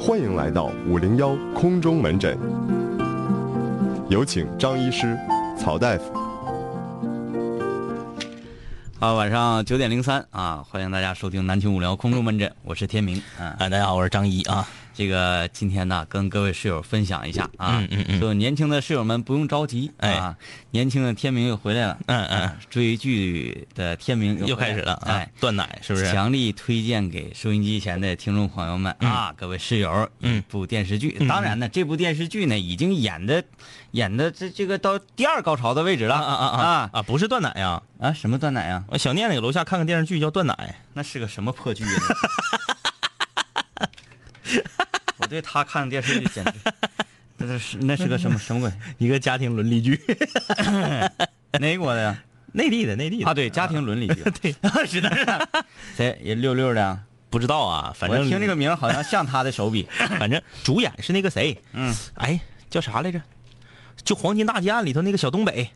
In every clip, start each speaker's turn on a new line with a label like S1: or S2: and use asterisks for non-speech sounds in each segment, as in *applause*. S1: 欢迎来到五零幺空中门诊，有请张医师、曹大夫。
S2: 啊，晚上九点零三啊，欢迎大家收听南秦五聊空中门
S3: 嗯
S2: 诊，我是天明啊。
S3: 啊，大家好，我是张一啊。
S2: 这个今天呢，跟各位室友分享一下啊，
S3: 嗯嗯嗯
S2: 就年轻的室友们不用着急、啊
S3: 哎，
S2: 年轻的天明又回来了，
S3: 嗯嗯
S2: 啊，追剧的天明
S3: 又
S2: 回来
S3: 开始了啊
S2: 哎，，
S3: 断奶是不是？
S2: 强力推荐给收音机前的听众朋友们啊，各位室友，
S3: 嗯
S2: 一部电视剧。当然呢，这部电视剧呢已经演的，演的这这个到第二高潮的位置了
S3: 啊啊啊
S2: 啊
S3: 啊！不是断奶呀，
S2: 啊！什么断奶啊？
S3: 我小念那个楼下看个电视剧叫《断奶
S2: 那是个什么破剧 *laughs* 啊！我对他看的电视剧简 *laughs* 直，那是那是个什么什么鬼？》，
S3: 一个家庭伦
S2: *laughs*
S3: 理剧，
S2: 哪国的呀？
S3: 内地的内地的
S2: 啊， *laughs* 对，家庭伦理剧。
S3: 对，
S2: 是的，是的。 *laughs* 谁？人六六的啊？
S3: 不知道啊，反
S2: 我
S3: 正
S2: 听这个，名儿好像像他的手笔。
S3: *clears throat* 反正主演是那个谁，
S2: 嗯，
S3: 哎，叫啥来着？就《黄金大劫案》里头那个小东北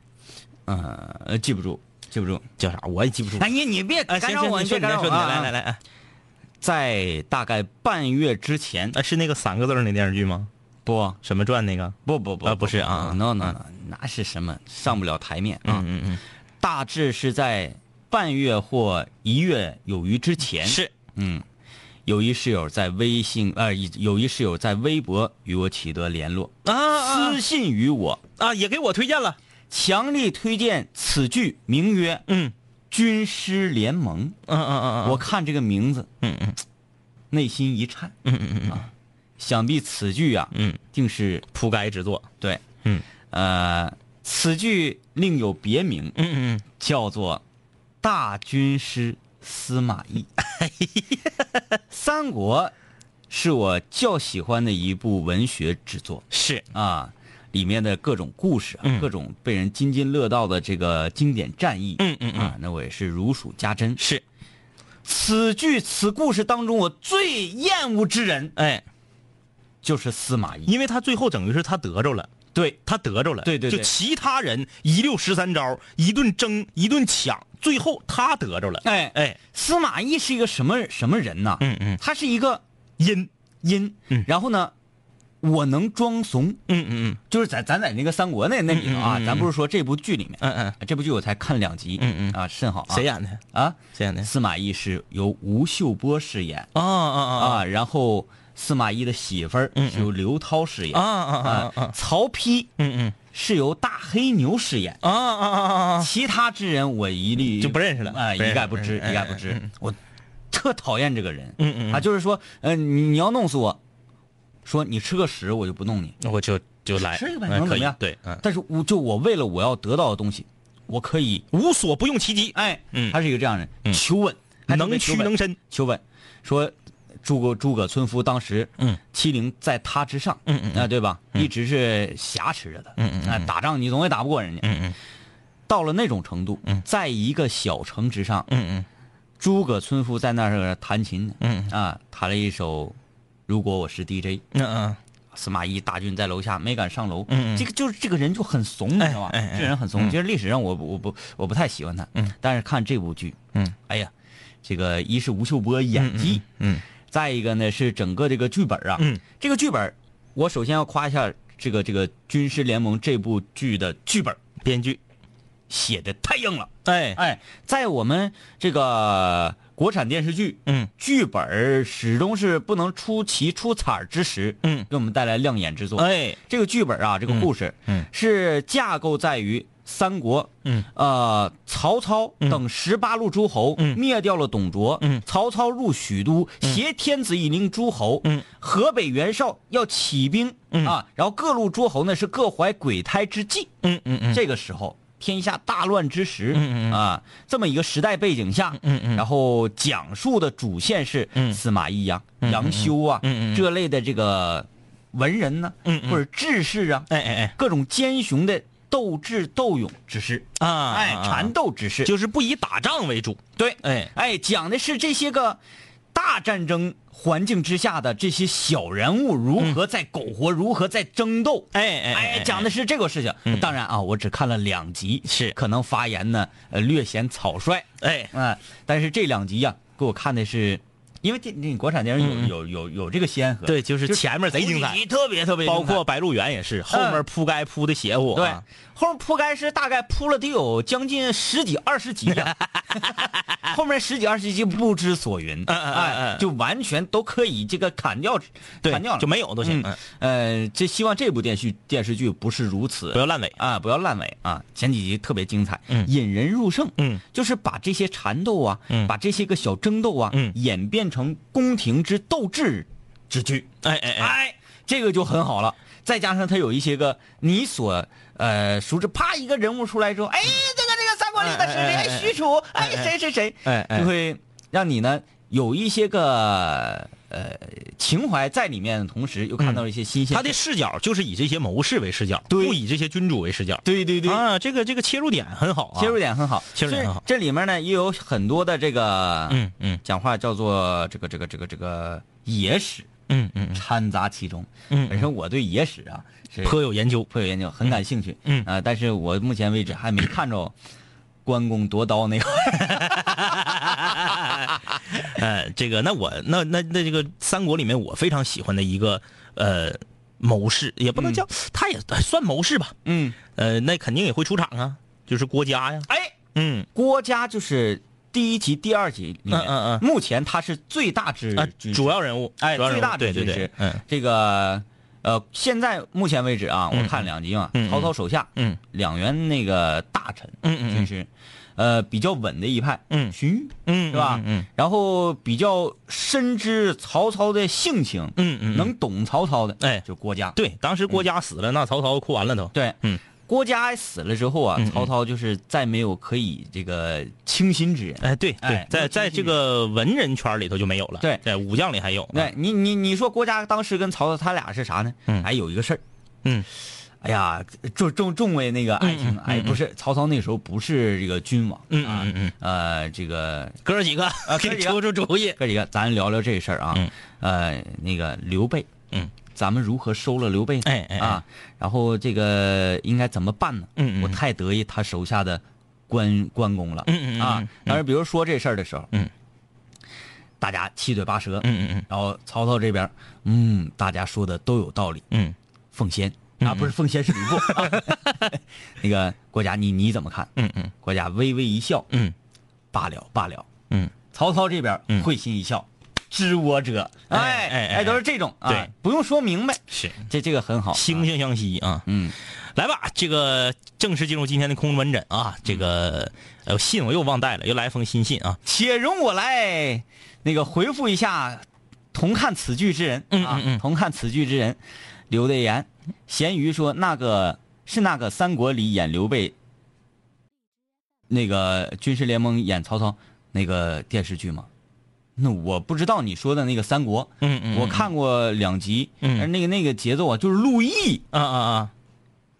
S2: 呃，记不住，记不住。
S3: 叫啥？我也记不住。
S2: 哎，你你别
S3: 啊，
S2: 干
S3: 行
S2: 扰
S3: 行，
S2: 我，
S3: 你说
S2: 别干
S3: 你再
S2: 扰
S3: 说
S2: 我
S3: 你
S2: 啊！
S3: 再来来来，哎
S2: 在大概半月之前，
S3: 啊，是那个三个字儿那电视剧吗？
S2: 不
S3: 什么传那个？
S2: 不不不
S3: 啊不是啊
S2: ，no no no，那嗯是什么上不了台面啊？
S3: 嗯嗯
S2: 大致是在半月或一月有余之前，
S3: 嗯，是
S2: 嗯，有一室友在微信呃，有一室友在微博与我取得联络，
S3: 啊啊啊
S2: 私信于我，
S3: 啊，也给我推荐了。
S2: 强力推荐此剧，名曰《
S3: 嗯
S2: 军师联盟》。
S3: 嗯嗯嗯嗯，
S2: 我看这个名字，
S3: 嗯嗯
S2: 内心一颤，
S3: 嗯嗯嗯
S2: 啊，想必此剧啊，
S3: 嗯，
S2: 定是
S3: 铺盖之作。
S2: 对，
S3: 嗯，
S2: 呃，此剧另有别名，
S3: 嗯嗯嗯。
S2: 叫做《大军师司马懿》。 *laughs* 三国是我较喜欢的一部文学之作
S3: 是，
S2: 啊，里面的各种故事啊，
S3: 嗯
S2: 各种被人津津乐道的这个经典战役，
S3: 嗯嗯嗯
S2: 啊，那我也是如数家珍。
S3: 是，
S2: 此剧此故事当中，我最厌恶之人
S3: 哎，
S2: 就是司马懿。
S3: 因为他最后等于是他得着了，
S2: 对
S3: 他得着了，
S2: 对对对
S3: 就其他人一溜十三招，一顿争，一顿抢，最后他得着了，
S2: 哎
S3: 哎，
S2: 司马懿是一个什么什么人呢？
S3: 嗯嗯
S2: 他是一个
S3: 阴，
S2: 阴，
S3: 嗯
S2: 然后呢，我能装怂，
S3: 嗯嗯
S2: 就是咱咱在那个三国那那里头啊，
S3: 嗯嗯嗯嗯
S2: 咱不是说这部剧里面，啊
S3: 嗯嗯
S2: 这部剧我才看两集，
S3: 嗯嗯
S2: 啊，甚好啊，
S3: 嗯，谁演的？
S2: 啊？
S3: 谁演的？
S2: 司马懿是由吴秀波饰演
S3: 啊啊
S2: 啊，然后司马懿的媳妇儿
S3: 嗯
S2: 是由刘涛饰演
S3: 啊啊啊啊啊！
S2: 曹丕
S3: 嗯嗯
S2: 是由大黑牛饰演，
S3: 啊啊啊啊！
S2: 其他之人我一律
S3: 就不认识了
S2: 啊，一
S3: 不认识
S2: 概不知，
S3: 嗯
S2: 一概不知。我特讨厌这个人，
S3: 嗯嗯嗯
S2: 啊，就是说，嗯，你你要弄死我，说你吃个屎我就不弄你，
S3: 那嗯我就就来，
S2: 吃一个
S3: 嗯
S2: 呗，能
S3: 可
S2: 怎么
S3: 以
S2: 样？
S3: 对，嗯，
S2: 但是我就我为了我要得到的东西，我可以，
S3: 无所不用其极，
S2: 哎，
S3: 嗯
S2: 他是一个这样的人，
S3: 嗯
S2: 求稳，还特别
S3: 能
S2: 求
S3: 屈
S2: 稳
S3: 能伸，
S2: 求稳，说诸葛诸葛村夫当时，
S3: 嗯，
S2: 欺凌在他之上，嗯嗯，啊，对吧？一直是挟持着的，嗯嗯，啊，打仗你总也打不过人家，嗯嗯，到了那种程度，嗯，在一个小城之上，
S3: 嗯
S2: 诸葛村夫在那儿弹琴呢，
S3: 嗯
S2: 啊，弹了一首《如果我是 DJ》，
S3: 嗯嗯
S2: 司马懿大军在楼下没敢上楼，
S3: 嗯嗯
S2: 这个就是这个人就很怂，你知道吧？
S3: 哎哎哎
S2: 这个人很怂。其实历史上我不我不我不太喜欢他，
S3: 嗯，
S2: 但是看这部剧，
S3: 嗯，
S2: 哎呀，这个一是吴秀波演技，
S3: 嗯
S2: 再一个呢是整个这个剧本啊，
S3: 嗯，
S2: 这个剧本我首先要夸一下这个这个《军师联盟》这部剧的剧本
S3: 嗯，编剧，
S2: 写的太硬了，
S3: 哎，
S2: 哎，在我们这个国产电视剧，
S3: 嗯
S2: 剧本始终是不能出奇出彩儿之时，
S3: 嗯
S2: 给我们带来亮眼之作，
S3: 哎，
S2: 这个剧本啊，这个故事，
S3: 嗯
S2: 是架构在于三国，
S3: 嗯，
S2: 呃，曹操等十八路诸侯、
S3: 嗯
S2: 灭掉了董卓，
S3: 嗯
S2: 曹操入许都，挟天子以令诸侯，
S3: 嗯，
S2: 河北袁绍要起兵，
S3: 嗯
S2: 啊，然后各路诸侯呢是各怀鬼胎之计，
S3: 嗯嗯嗯，
S2: 这个时候。天下大乱之时，
S3: 嗯嗯嗯
S2: 啊，这么一个时代背景下，
S3: 嗯嗯
S2: 然后讲述的主线是
S3: 嗯
S2: 司马懿呀、杨修啊、
S3: 嗯嗯嗯
S2: 这类的这个文人呢、
S3: 嗯嗯
S2: 或者志士啊，
S3: 哎哎哎
S2: 各种奸雄的斗智斗勇之士，
S3: 啊，
S2: 哎，
S3: 啊
S2: 缠斗之士，
S3: 就是不以打仗为主。
S2: 对，
S3: 哎
S2: 哎，讲的是这些个大战争环境之下的这些小人物如何在苟活，如何在争斗。
S3: 哎哎
S2: 哎，讲
S3: 的
S2: 的是这个事情。当然啊，我只看了两集，
S3: 是
S2: 可能发言呢，呃，略显草率。
S3: 哎
S2: 啊、但是这两集呀、给我看的是因为电那国产电影有有有有这个先河，
S3: 嗯对，就是前面贼精彩，，
S2: 特别特别精彩，嗯
S3: 包括《白鹿原》也是，后面铺盖铺的邪乎、
S2: 对
S3: 啊。，
S2: 后面铺盖是大概铺了得有将近十几二十集
S3: *laughs*
S2: 呀，后面十几二十集不知所云，
S3: 嗯嗯嗯
S2: 哎，
S3: 嗯
S2: 就完全都可以这个砍掉，
S3: 对
S2: 砍掉了
S3: 就没有都行
S2: 嗯呃，这希望这部电视剧电视剧不是如此，
S3: 不要烂尾
S2: 啊，不要烂尾啊！前几集特别精彩，
S3: 嗯
S2: 引人入胜，
S3: 嗯，
S2: 就是把这些缠斗啊，
S3: 嗯
S2: 把这些个小争斗啊，
S3: 嗯
S2: 演变成宫廷之斗智之剧，
S3: 哎哎
S2: *laughs*
S3: 哎，
S2: 哎，这个就很好了。再加上它有一些个你所呃熟知，啪一个人物出来之后，哎，这个这个三国里的是谁？
S3: 哎哎哎
S2: 哎，许褚，哎，
S3: 哎
S2: 谁谁谁，
S3: 哎哎
S2: 就会让你呢有一些个呃情怀在里面的同时，又看到了一些新鲜。
S3: 嗯他的视角就是以这些谋士为视角，
S2: 对
S3: 不以这些君主为视角。
S2: 对对对，
S3: 啊，这个这个切入点很好啊，
S2: 切入点很好，
S3: 切入点很好
S2: 所以这里面呢也有很多的这个
S3: 嗯嗯
S2: 讲话叫做这个这个这个这个野史
S3: 嗯嗯
S2: 掺杂其中。
S3: 嗯
S2: 本身我对野史啊是
S3: 嗯，颇有研究。
S2: 颇有研究，很感兴趣。
S3: 嗯
S2: 啊、但是我目前为止还没看着关公夺刀那个。
S3: 呃，这个那我那那那这个三国里面我非常喜欢的一个呃谋士，也不能叫、他也呃算谋士吧，
S2: 嗯，
S3: 呃，那肯定也会出场啊，就是郭嘉呀，
S2: *laughs* 哎，
S3: 嗯
S2: 郭嘉就是第一集、第二集里面，
S3: 嗯嗯嗯
S2: 目前他是最大之
S3: 啊，
S2: 之
S3: 主要人物，
S2: 哎，
S3: 主要人
S2: 最
S3: 物
S2: 大
S3: 对
S2: 的
S3: 对
S2: 军
S3: 对
S2: 师，，
S3: 嗯，
S2: 这个呃，现在目前为止啊，我看两集嘛，
S3: 嗯嗯
S2: 曹操手下，
S3: 嗯，
S2: 两员那个大臣，
S3: 嗯嗯
S2: 军
S3: 嗯
S2: 师，呃，比较稳的一派，
S3: 嗯
S2: 荀彧，
S3: 嗯
S2: 是吧？
S3: 嗯
S2: 然后比较深知曹操的性情，
S3: 嗯嗯嗯
S2: 能懂曹操的，
S3: 哎
S2: 就郭嘉，
S3: 对，当时郭嘉死了，那曹操哭完了都，
S2: 对，
S3: 嗯。
S2: 郭嘉死了之后啊，
S3: 嗯嗯
S2: 曹操就是再没有可以这个倾心之人。
S3: 哎，对
S2: 哎
S3: 对，在在这个文人圈里头就没有了，
S2: 对
S3: 在武将里还有，
S2: 那你你你说郭嘉当时跟曹操他俩是啥呢？
S3: 嗯
S2: 哎，有一个事儿，
S3: 嗯，
S2: 哎呀，重重重为那个爱情，哎，不是曹操那时候不是这个君王，
S3: 嗯
S2: 啊
S3: 嗯嗯，
S2: 呃，这个
S3: 哥儿几个
S2: 哥儿
S3: 给
S2: 几个
S3: 出出主意，
S2: 哥几个，咱聊聊这事儿啊，
S3: 嗯
S2: 呃，那个刘备，
S3: 嗯，
S2: 咱们如何收了刘备呢？
S3: 哎哎哎
S2: 啊，然后这个应该怎么办呢？
S3: 嗯嗯
S2: 我太得意他手下的关关公了，
S3: 嗯嗯嗯
S2: 啊
S3: 嗯，
S2: 当时比如说这事儿的时候，
S3: 嗯，
S2: 大家七嘴八舌，
S3: 嗯嗯
S2: 然后曹操这边，嗯，大家说的都有道理，
S3: 嗯
S2: 奉先啊，不是奉先是吕
S3: *laughs*
S2: 布，啊那个郭嘉，你你怎么看？
S3: 嗯嗯嗯
S2: 郭嘉微微一笑，
S3: 嗯
S2: 罢了罢了。
S3: 嗯，
S2: 曹操这边
S3: 嗯
S2: 会心一笑，知我者，
S3: 哎
S2: 哎
S3: 哎哎
S2: 都是这种啊，
S3: 对，
S2: 不用说明白，
S3: 是
S2: 这这个很好，
S3: 惺
S2: 啊
S3: 惺相惜啊。
S2: 嗯，
S3: 来吧，这个正式进入今天的空中门诊啊。这个呃信我又忘带了，又来一封新信啊。
S2: 且容我来那个回复一下同看此剧之人
S3: 嗯
S2: 啊
S3: 嗯，嗯
S2: 同看此剧之人留的言，咸鱼说那个是那个三国里演刘备，那个军事联盟演曹操那个电视剧吗？那我不知道你说的那个三国，
S3: 嗯嗯
S2: 我看过两集，
S3: 嗯
S2: 但是那个那个节奏啊，就是陆毅
S3: 啊啊啊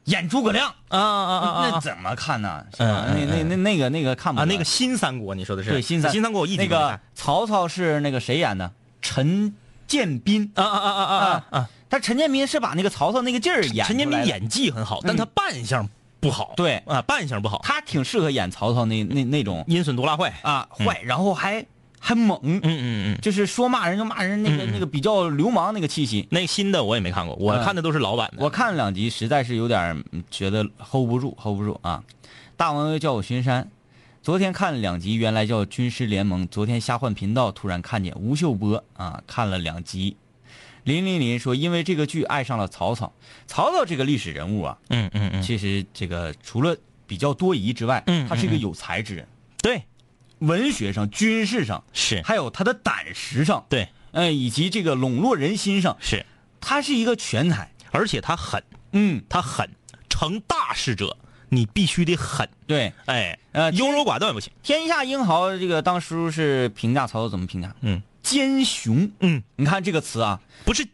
S2: 演诸葛亮，
S3: 啊啊啊
S2: 那
S3: 啊
S2: 怎么看呢？是
S3: 嗯
S2: 吧
S3: 嗯
S2: 那那那那个那个看不
S3: 啊！
S2: 出来
S3: 那个新三国，你说的是
S2: 对新三
S3: 新三国，我一直
S2: 那
S3: 没
S2: 个
S3: 看
S2: 曹操是那个谁演的？陈建斌
S3: 啊啊啊啊啊啊！
S2: 但陈建斌是把那个曹操那个劲儿演
S3: 陈建
S2: 出来
S3: 斌
S2: 的，
S3: 演技很好，但他扮相不好。
S2: 对
S3: 啊，扮相不好，
S2: 他挺适合演曹操那那那种
S3: 阴损毒辣坏。
S2: 啊坏，然后还还猛，
S3: 嗯嗯嗯，
S2: 就是说骂人就骂人，那个
S3: 嗯
S2: 那个比较流氓那个气息。
S3: 那个新的我也没看过，我
S2: 嗯
S3: 看的都是老版的。
S2: 我看了两集，实在是有点儿嗯觉得 hold 不住，hold 不住啊！大王又叫我巡山，昨天看了两集，原来叫《军师联盟》，昨天瞎换频道，突然看见吴秀波啊，看了两集。林林林说，因为这个剧爱上了曹操。曹操这个历史人物啊，
S3: 嗯嗯嗯，
S2: 其实这个除了比较多疑之外，
S3: 嗯
S2: 他是一个有才之人，
S3: 对，
S2: 文学上、军事上，
S3: 是，
S2: 还有他的胆识上，
S3: 对，
S2: 呃，以及这个笼络人心上，
S3: 是，
S2: 他是一个全才。
S3: 而且他狠，
S2: 嗯，
S3: 他狠，成大事者你必须得狠，
S2: 对。
S3: 哎，
S2: 呃
S3: 优柔寡断不行。
S2: 天下英豪，这个当叔是评价曹操怎么评价？
S3: 嗯
S2: 奸雄。
S3: 嗯，
S2: 你看这个词啊， *laughs*
S3: 不是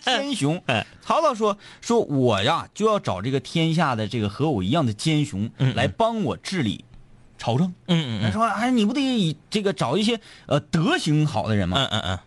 S2: 奸雄。
S3: 哎，
S2: 曹操说说我呀就要找这个天下的这个和我一样的奸雄
S3: 嗯嗯
S2: 来帮我治理朝政。
S3: 嗯
S2: 他说哎，你不得以这个找一些呃德行好的人吗？
S3: 嗯嗯嗯，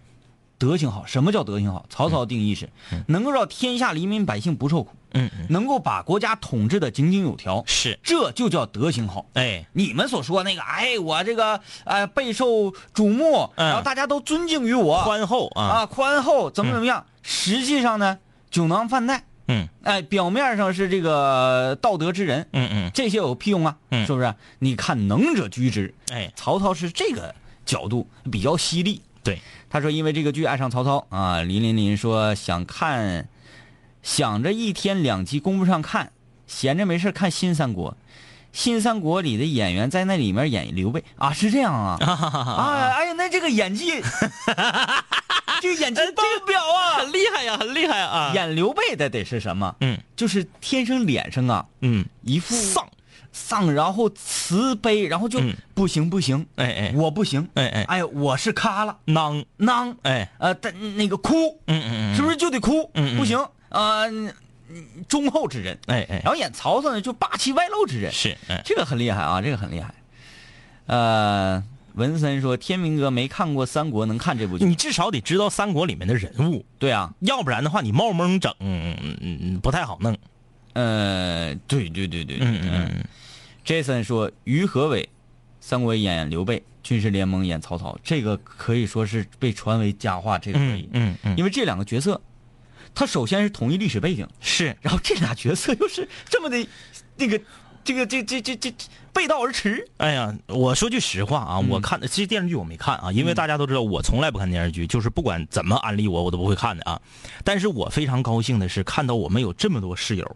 S2: 德行好。什么叫德行好？曹操的定义是、能够让天下黎民百姓不受苦，
S3: 嗯嗯，
S2: 能够把国家统治的井井有条，
S3: 是，
S2: 这就叫德行好。
S3: 哎，
S2: 你们所说那个，哎，我这个呃备受瞩目，
S3: 嗯
S2: 然后大家都尊敬于我，
S3: 宽嗯厚啊，
S2: 啊宽厚，怎么怎么样？实际上呢，酒囊饭袋，
S3: 嗯
S2: 哎，表面上是这个道德之人，
S3: 嗯嗯，
S2: 这些有屁用啊？
S3: 嗯
S2: 是不是？你看能者居之，
S3: 哎，
S2: 曹操是这个角度比较犀利。
S3: 对，
S2: 他说因为这个剧爱上曹操啊，林林林说想看，想着一天两集供不上看，闲着没事看《新三国》。新三国里的演员在那里面演刘备啊，是这样
S3: *laughs*
S2: 啊啊！哎呀，那这个演技，这个演技爆表啊！
S3: *laughs* 很厉害呀，很厉害啊，
S2: 演刘备的得是什么？
S3: 嗯
S2: 就是天生脸上啊
S3: 嗯，
S2: 一副
S3: 丧，
S2: 丧，然后慈悲，然后就、
S3: 嗯
S2: 不行不行，
S3: 哎哎
S2: 我不行，
S3: 哎哎，
S2: 哎，我是咖了，
S3: 囊，
S2: 囊，
S3: 哎，
S2: 呃，但那个哭，
S3: 嗯嗯嗯，
S2: 是不是就得哭？
S3: 嗯嗯
S2: 不行，呃，嗯忠厚之人。
S3: 哎哎
S2: 然，后演曹操呢，就霸气外露之人，
S3: 是，哎
S2: 这个很厉害啊，这个很厉害。呃，文森说，天明哥没看过《三国》，能看这部剧？
S3: 你至少得知道三国里面的人物，
S2: 对啊，
S3: 要不然的话你冒蒙整，嗯嗯嗯嗯，不太好弄。
S2: 呃，对对对对，呃
S3: 嗯嗯嗯，
S2: Jason 说，于和伟，三国演刘备，军事联盟演曹操，这个可以说是被传为佳话，这个可以，
S3: 嗯嗯嗯，
S2: 因为这两个角色，他首先是同一历史背景，
S3: 是，
S2: 然后这俩角色又是这么的，那个这个这这这这这背道而驰，
S3: 哎呀，我说句实话啊，我看其实电视剧我没看啊，因为大家都知道我从来不看电视剧，就是不管怎么安利我，我都不会看的啊。但是我非常高兴的是，看到我们有这么多室友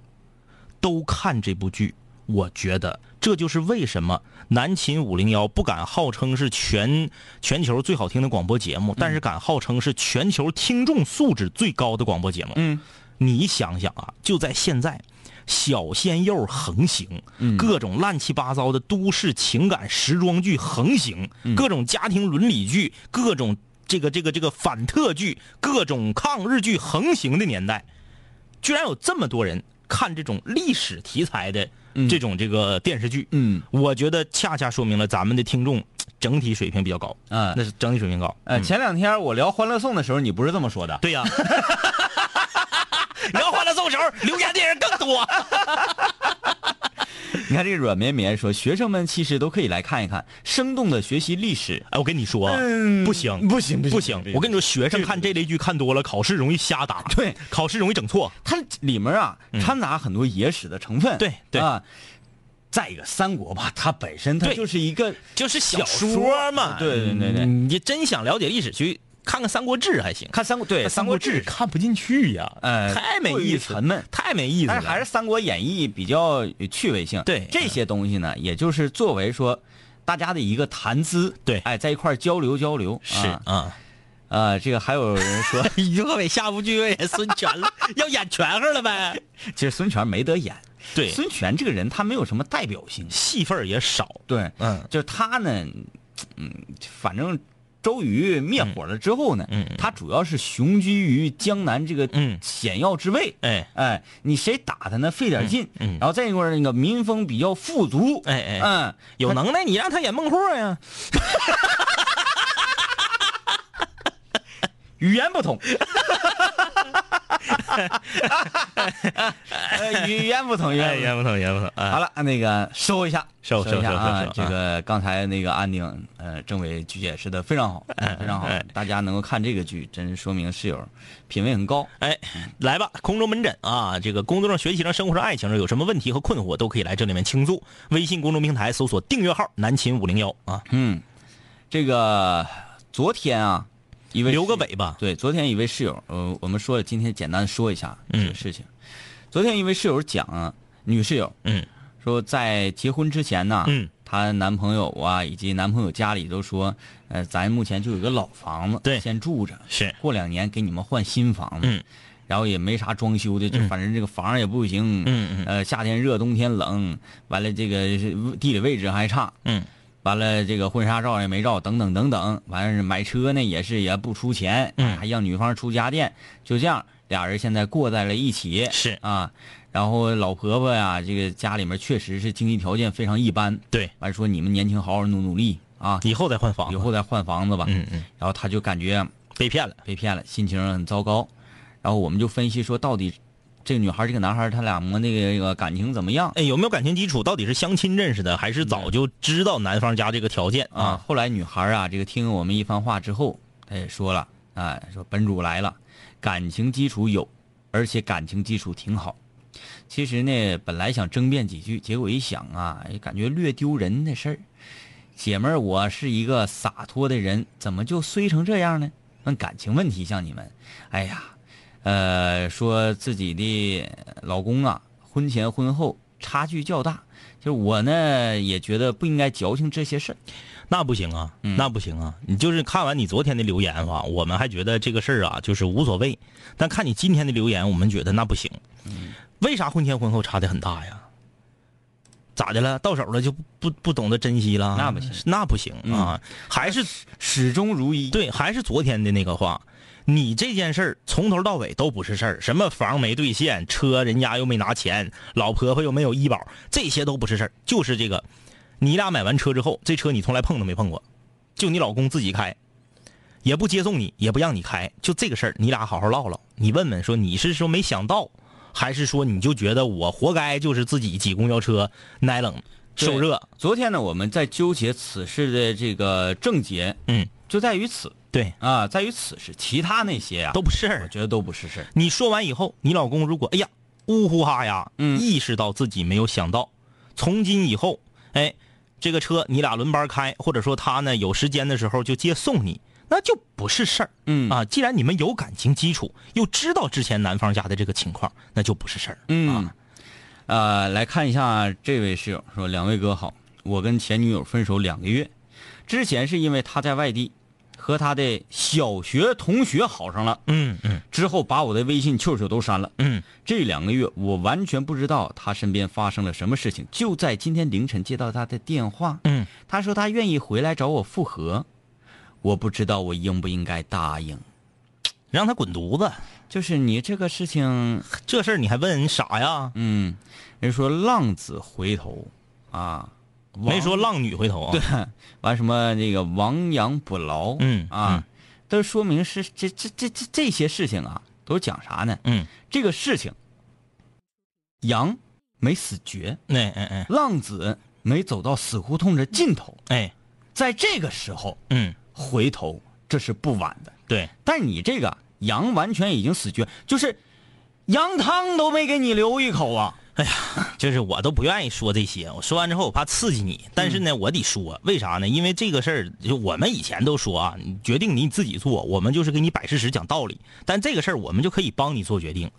S3: 都看这部剧，我觉得这就是为什么南秦五零幺不敢号称是全全球最好听的广播节目，但是敢号称是全球听众素质最高的广播节目。
S2: 嗯，
S3: 你想想啊，就在现在，小鲜肉横行，
S2: 嗯
S3: 各种乱七八糟的都市情感时装剧横行，
S2: 嗯
S3: 各种家庭伦理剧，各种这个这个这个反特剧，各种抗日剧横行的年代，居然有这么多人看这种历史题材的这种这个电视剧，
S2: 嗯，
S3: 我觉得恰恰说明了咱们的听众整体水平比较高，
S2: 啊
S3: 那是整体水平高，
S2: 呃，前两天我聊《欢乐颂》的时候，你不是这么说的，
S3: 对呀、
S2: *laughs*
S3: 聊欢乐颂时候，留言的人更
S2: *laughs*
S3: 多。哎
S2: 你看这个软绵绵说，学生们其实都可以来看一看，生动的学习历史，
S3: 哎，我跟你说啊，
S2: 嗯
S3: 不行，
S2: 不行不
S3: 不
S2: 行不
S3: 行
S2: 行！
S3: 我跟你说，学生看这类剧看多了，考试容易瞎答，
S2: 对，
S3: 考试容易整错。
S2: 它里面啊掺杂很多野史的成分，
S3: 嗯对对
S2: 啊。再一个，三国吧，它本身它
S3: 对
S2: 就是一个
S3: 就是
S2: 小
S3: 小
S2: 说
S3: 说嘛，
S2: 对对对对
S3: 你真想了解历史，去看看《三国志》还行，
S2: 看三国对
S3: 看
S2: 《
S3: 《三
S2: 哎三
S3: 国
S2: 国
S3: 志
S2: 志》，
S3: 看不进去呀，
S2: 呃
S3: 太没
S2: 过于
S3: 意思，
S2: 沉闷
S3: 太没意思
S2: 但
S3: 了，
S2: 是还是《三国演义》比较有趣味性。
S3: 对
S2: 这些东西呢，也就是作为说大家的一个谈资，
S3: 对
S2: 哎，在一块儿交流交流。
S3: 是
S2: 啊
S3: 啊。
S2: 呃，这个还有人说，
S3: *laughs* 于和伟下部剧要演孙权了，要演权衡了呗？
S2: 其实孙权没得演，
S3: 对，
S2: 孙权这个人他没有什么代表性。
S3: 戏份儿也少，
S2: 对，
S3: 嗯，
S2: 就是他呢，嗯，反正周瑜灭火了之后呢，
S3: 嗯嗯
S2: 他主要是雄居于江南这个
S3: 嗯
S2: 险要之位。
S3: 哎
S2: 哎，你谁打他呢？费点劲，
S3: 嗯嗯
S2: 然后再一块儿那个民风比较富足，
S3: 哎哎
S2: 嗯，
S3: 有能耐你让他演孟啊获呀，
S2: 语言不
S3: *laughs*
S2: 同，呃语言不同，语
S3: 哎，
S2: 言不同。
S3: 演不同，演不同，哎
S2: 好，了，那个收一下，
S3: 收
S2: 收一下啊！
S3: 收收收收
S2: 这个刚才那个安定，呃，政委解释的非常好，非常好
S3: 哎，
S2: 大家能够看这个剧，真是说明室友品味很高。
S3: 哎，来吧，空中门诊啊！这个工作上、学习上、生活上、爱情上有什么问题和困惑，都可以来这里面倾诉。微信公众平台搜索订阅号“南秦五零幺”啊，
S2: 嗯，这个昨天啊，一位
S3: 留个
S2: 室友
S3: 尾巴。
S2: 对，昨天一位室友，呃，我们说了，今天简单说一下这个
S3: 嗯
S2: 事情。昨天一位室友讲啊，女室友
S3: 嗯
S2: 说，在结婚之前呢，
S3: 嗯，
S2: 她男朋友啊以及男朋友家里都说，呃，咱目前就有一个老房子，
S3: 对
S2: 先住着，
S3: 是，
S2: 过两年给你们换新房子，
S3: 嗯
S2: 然后也没啥装修的，就反正这个房儿也不行，
S3: 嗯嗯
S2: 呃，夏天热，冬天冷，完了这个是地理位置还差，
S3: 嗯
S2: 完了，这个婚纱照也没照，等等等等。完了，买车呢也是也不出钱，
S3: 嗯
S2: 还让女方出家电，就这样，俩人现在过在了一起
S3: 是，
S2: 啊。然后老婆婆呀，这个家里面确实是经济条件非常一般，
S3: 对，
S2: 完说你们年轻好好努努力啊，
S3: 嗯以后再换房
S2: 以
S3: 子。
S2: 后再换房子吧。
S3: 嗯嗯
S2: 然后她就感觉
S3: 被骗了，
S2: 被骗了，心情很糟糕。然后我们就分析说，到底这个女孩儿这个男孩儿他俩么那个、那个感情怎么样
S3: 哎，有没有感情基础？到底是相亲认识的，还是早就知道男方家这个条件
S2: 啊
S3: 啊？？
S2: 后来女孩儿啊，这个听我们一番话之后，她也说了，哎，说本主来了，感情基础有，而且感情基础挺好。其实呢，本来想争辩几句，结果一想啊，也感觉略丢人的事儿。姐们儿，我是一个洒脱的人，怎么就衰成这样呢？问感情问题向你们，哎呀，呃，说自己的老公啊，婚前婚后差距较大，就是我呢也觉得不应该矫情这些事儿。
S3: 那不行啊，
S2: 嗯
S3: 那不行啊！你就是看完你昨天的留言啊，我们还觉得这个事儿啊就是无所谓，但看你今天的留言，我们觉得那不行。
S2: 嗯
S3: 为啥婚前婚后差的很大呀？咋的了？到手了就不不不懂得珍惜了？
S2: 那不行，嗯
S3: 那不行啊！还是
S2: 始终如一。
S3: 对，还是昨天的那个话，你这件事儿从头到尾都不是事儿，什么房没兑现，车人家又没拿钱，老婆婆又没有医保，这些都不是事儿，就是这个，你俩买完车之后，这车你从来碰都没碰过，就你老公自己开，也不接送你，也不让你开，就这个事儿，你俩好好唠唠，你问问说你是说没想到，还是说你就觉得我活该就是自己挤公交车耐冷
S2: 对
S3: 受热，
S2: 昨天呢，我们在纠结此事的这个症结，
S3: 嗯，
S2: 就在于此
S3: 对，
S2: 啊，在于此事，其他那些啊，
S3: 都不是事儿
S2: 我。觉得都不是事儿。
S3: 你说完以后，你老公如果哎呀呜呼哈呀，
S2: 嗯
S3: 意识到自己没有想到，从今以后，哎，这个车你俩轮班开，或者说他呢有时间的时候就接送你，那就不是事儿。
S2: 嗯
S3: 啊，既然你们有感情基础，又知道之前男方家的这个情况，那就不是事儿。
S2: 嗯
S3: 啊，
S2: 呃，来看一下这位室友说：“两位哥好，我跟前女友分手两个月，之前是因为她在外地，和她的小学同学好上了，
S3: 嗯嗯
S2: 之后把我的微信、QQ 都删了。
S3: 嗯，
S2: 这两个月我完全不知道她身边发生了什么事情。就在今天凌晨接到她的电话，
S3: 嗯，
S2: 她说她愿意回来找我复合，我不知道我应不应该答应。
S3: 让他滚犊子，
S2: 就是你这个事情，
S3: 这事儿你还问人啥呀？
S2: 嗯，人说浪子回头啊，
S3: 没说浪女回头啊。对，
S2: 完什么那个亡羊补牢，
S3: 嗯
S2: 啊，都说明是这这这这这些事情啊，都讲啥呢？
S3: 嗯，
S2: 这个事情，羊没死绝，
S3: 那哎哎
S2: 浪子没走到死胡同的尽头，
S3: 哎，
S2: 在这个时候
S3: 嗯，
S2: 回头，这是不晚的。
S3: 对，
S2: 但你这个羊完全已经死绝，就是羊汤都没给你留一口啊。
S3: 就是我都不愿意说这些，我说完之后我怕刺激你，但是呢，我得说，为啥呢？因为这个事儿，就我们以前都说啊，你决定你自己做，我们就是给你摆事实讲道理，但这个事儿我们就可以帮你做决定，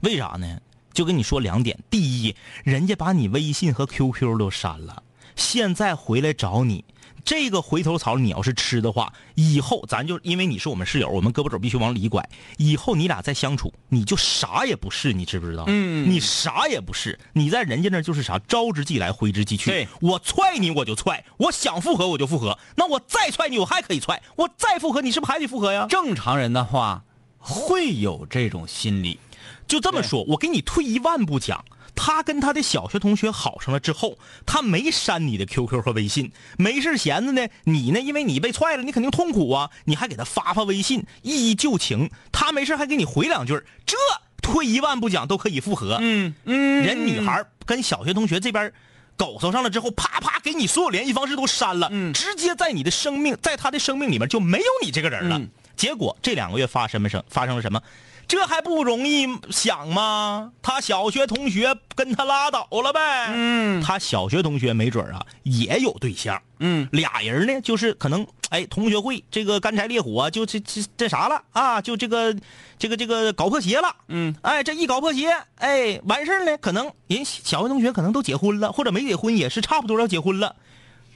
S3: 为啥呢？就跟你说两点，第一，人家把你微信和 QQ 都删了，现在回来找你。这个回头草，你要是吃的话，以后咱就因为你是我们室友，我们胳膊肘必须往里拐。以后你俩再相处，你就啥也不是，你知不知道？
S2: 嗯
S3: 你啥也不是，你在人家那儿就是啥，招之即来，挥之即去。
S2: 对
S3: 我踹你我就踹，我想复合我就复合，那我再踹你我还可以踹，我再复合你是不是还得复合呀？
S2: 正常人的话，会有这种心理。
S3: 就这么说，我给你退一万步讲，他跟他的小学同学好上了之后，他没删你的 QQ 和微信，没事闲着呢，你呢，因为你被踹了，你肯定痛苦啊，你还给他发发微信，一一旧情，他没事还给你回两句儿，这退一万步讲都可以复合。
S2: 嗯嗯
S3: 人女孩儿跟小学同学这边儿狗头上了之后，啪啪给你所有联系方式都删了，
S2: 嗯
S3: 直接在你的生命，在他的生命里面就没有你这个人了。
S2: 嗯
S3: 结果这两个月发生了什发生了什么？这还不容易想吗？他小学同学跟他拉倒了呗。
S2: 嗯
S3: 他小学同学没准儿啊也有对象，
S2: 嗯
S3: 俩人呢，就是可能哎，同学会这个干柴烈火，就这这这啥了啊，就这个这个这个搞破鞋了，
S2: 嗯，
S3: 哎，这一搞破鞋，哎，完事儿呢，可能人小学同学可能都结婚了，或者没结婚，也是差不多要结婚了，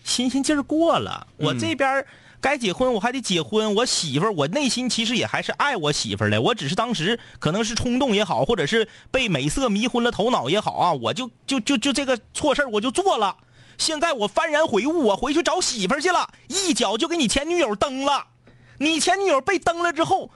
S3: 新鲜劲儿过了，
S2: 嗯
S3: 我这边儿该结婚我还得结婚，我媳妇儿我内心其实也还是爱我媳妇儿的，我只是当时可能是冲动也好，或者是被美色迷昏了头脑也好啊，我就就就就这个错事儿我就做了，现在我幡然悔悟，我回去找媳妇儿去了，一脚就给你前女友蹬了，你前女友被蹬了之后，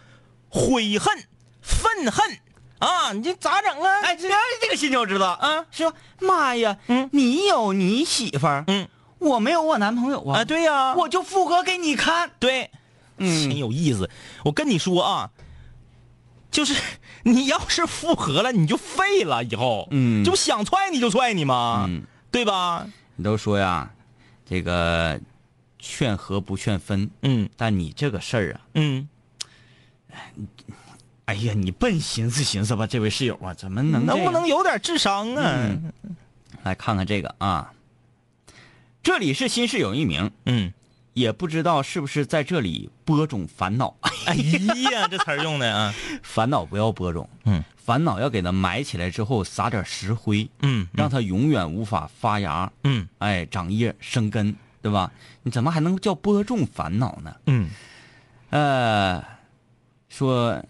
S3: 悔恨、愤恨啊，你这咋整啊？
S2: *laughs* 哎，这这个心情我知道
S3: 啊，
S2: 是吧？妈呀，
S3: 嗯
S2: 你有你媳妇儿，
S3: 嗯，
S2: 我没有我男朋友啊，
S3: 啊，，对呀、
S2: 我就复合给你看。
S3: 对，真有意思。我跟你说啊，就是 *laughs* 你要是复合了，你就废了，以后，
S2: 嗯
S3: 这不想踹你就踹你吗？
S2: 嗯
S3: 对吧？
S2: 你都说呀，这个劝和不劝分，
S3: 嗯
S2: 但你这个事儿啊，
S3: 嗯，
S2: 哎呀，你笨寻思寻思吧，这位室友啊，怎么能
S3: 能
S2: 这样
S3: 不能有点智商啊？
S2: 来看看这个啊？这里是新室友一名，
S3: 嗯，
S2: 也不知道是不是在这里播种烦恼， *laughs*
S3: 哎呀，这词儿用的啊，
S2: 烦恼不要播种，
S3: 嗯，
S2: 烦恼要给它埋起来之后撒点石灰，
S3: 嗯
S2: 让它永远无法发芽，
S3: 嗯
S2: 哎，长叶生根，对吧？你怎么还能叫播种烦恼呢？
S3: 嗯
S2: 呃，说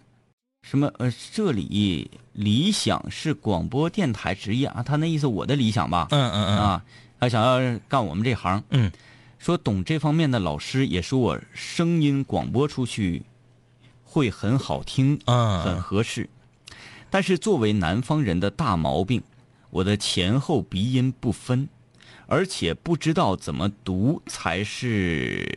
S2: 什么？呃，这里理想是广播电台职业啊，他那意思我的理想吧，
S3: 嗯嗯嗯
S2: 啊，他想要干我们这行，
S3: 嗯，
S2: 说懂这方面的老师也说我声音广播出去会很好听，很
S3: 嗯，
S2: 合适。但是作为南方人的大毛病，我的前后鼻音不分，而且不知道怎么读才是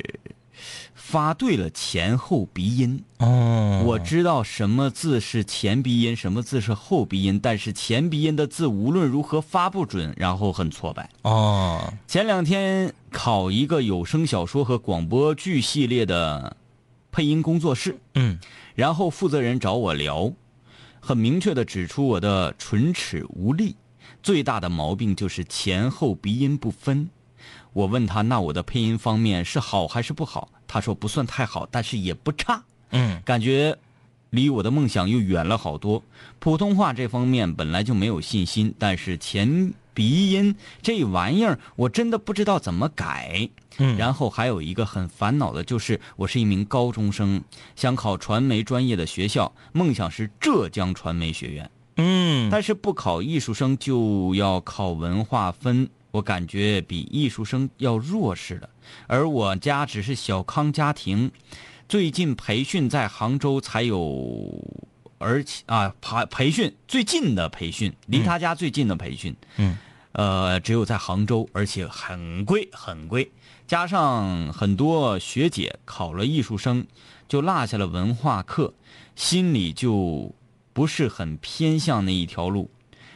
S2: 发对了前后鼻音。
S3: 哦，
S2: 我知道什么字是前鼻音，什么字是后鼻音，但是前鼻音的字无论如何发不准，然后很挫败。
S3: 哦，
S2: 前两天考一个有声小说和广播剧系列的配音工作室，
S3: 嗯
S2: 然后负责人找我聊，很明确的指出我的唇齿无力，最大的毛病就是前后鼻音不分。我问他，那我的配音方面是好还是不好？他说不算太好，但是也不差，
S3: 嗯
S2: 感觉离我的梦想又远了好多。普通话这方面本来就没有信心，但是前鼻音这玩意儿，我真的不知道怎么改。
S3: 嗯
S2: 然后还有一个很烦恼的就是，我是一名高中生，想考传媒专业的学校，梦想是浙江传媒学院，
S3: 嗯，
S2: 但是不考艺术生就要考文化分，我感觉比艺术生要弱势了。而我家只是小康家庭，最近培训在杭州才有，而且啊，培培训最近的培训，离他家最近的培训，
S3: 嗯，
S2: 呃，只有在杭州，而且很贵很贵，加上很多学姐考了艺术生，就落下了文化课，心里就不是很偏向那一条路，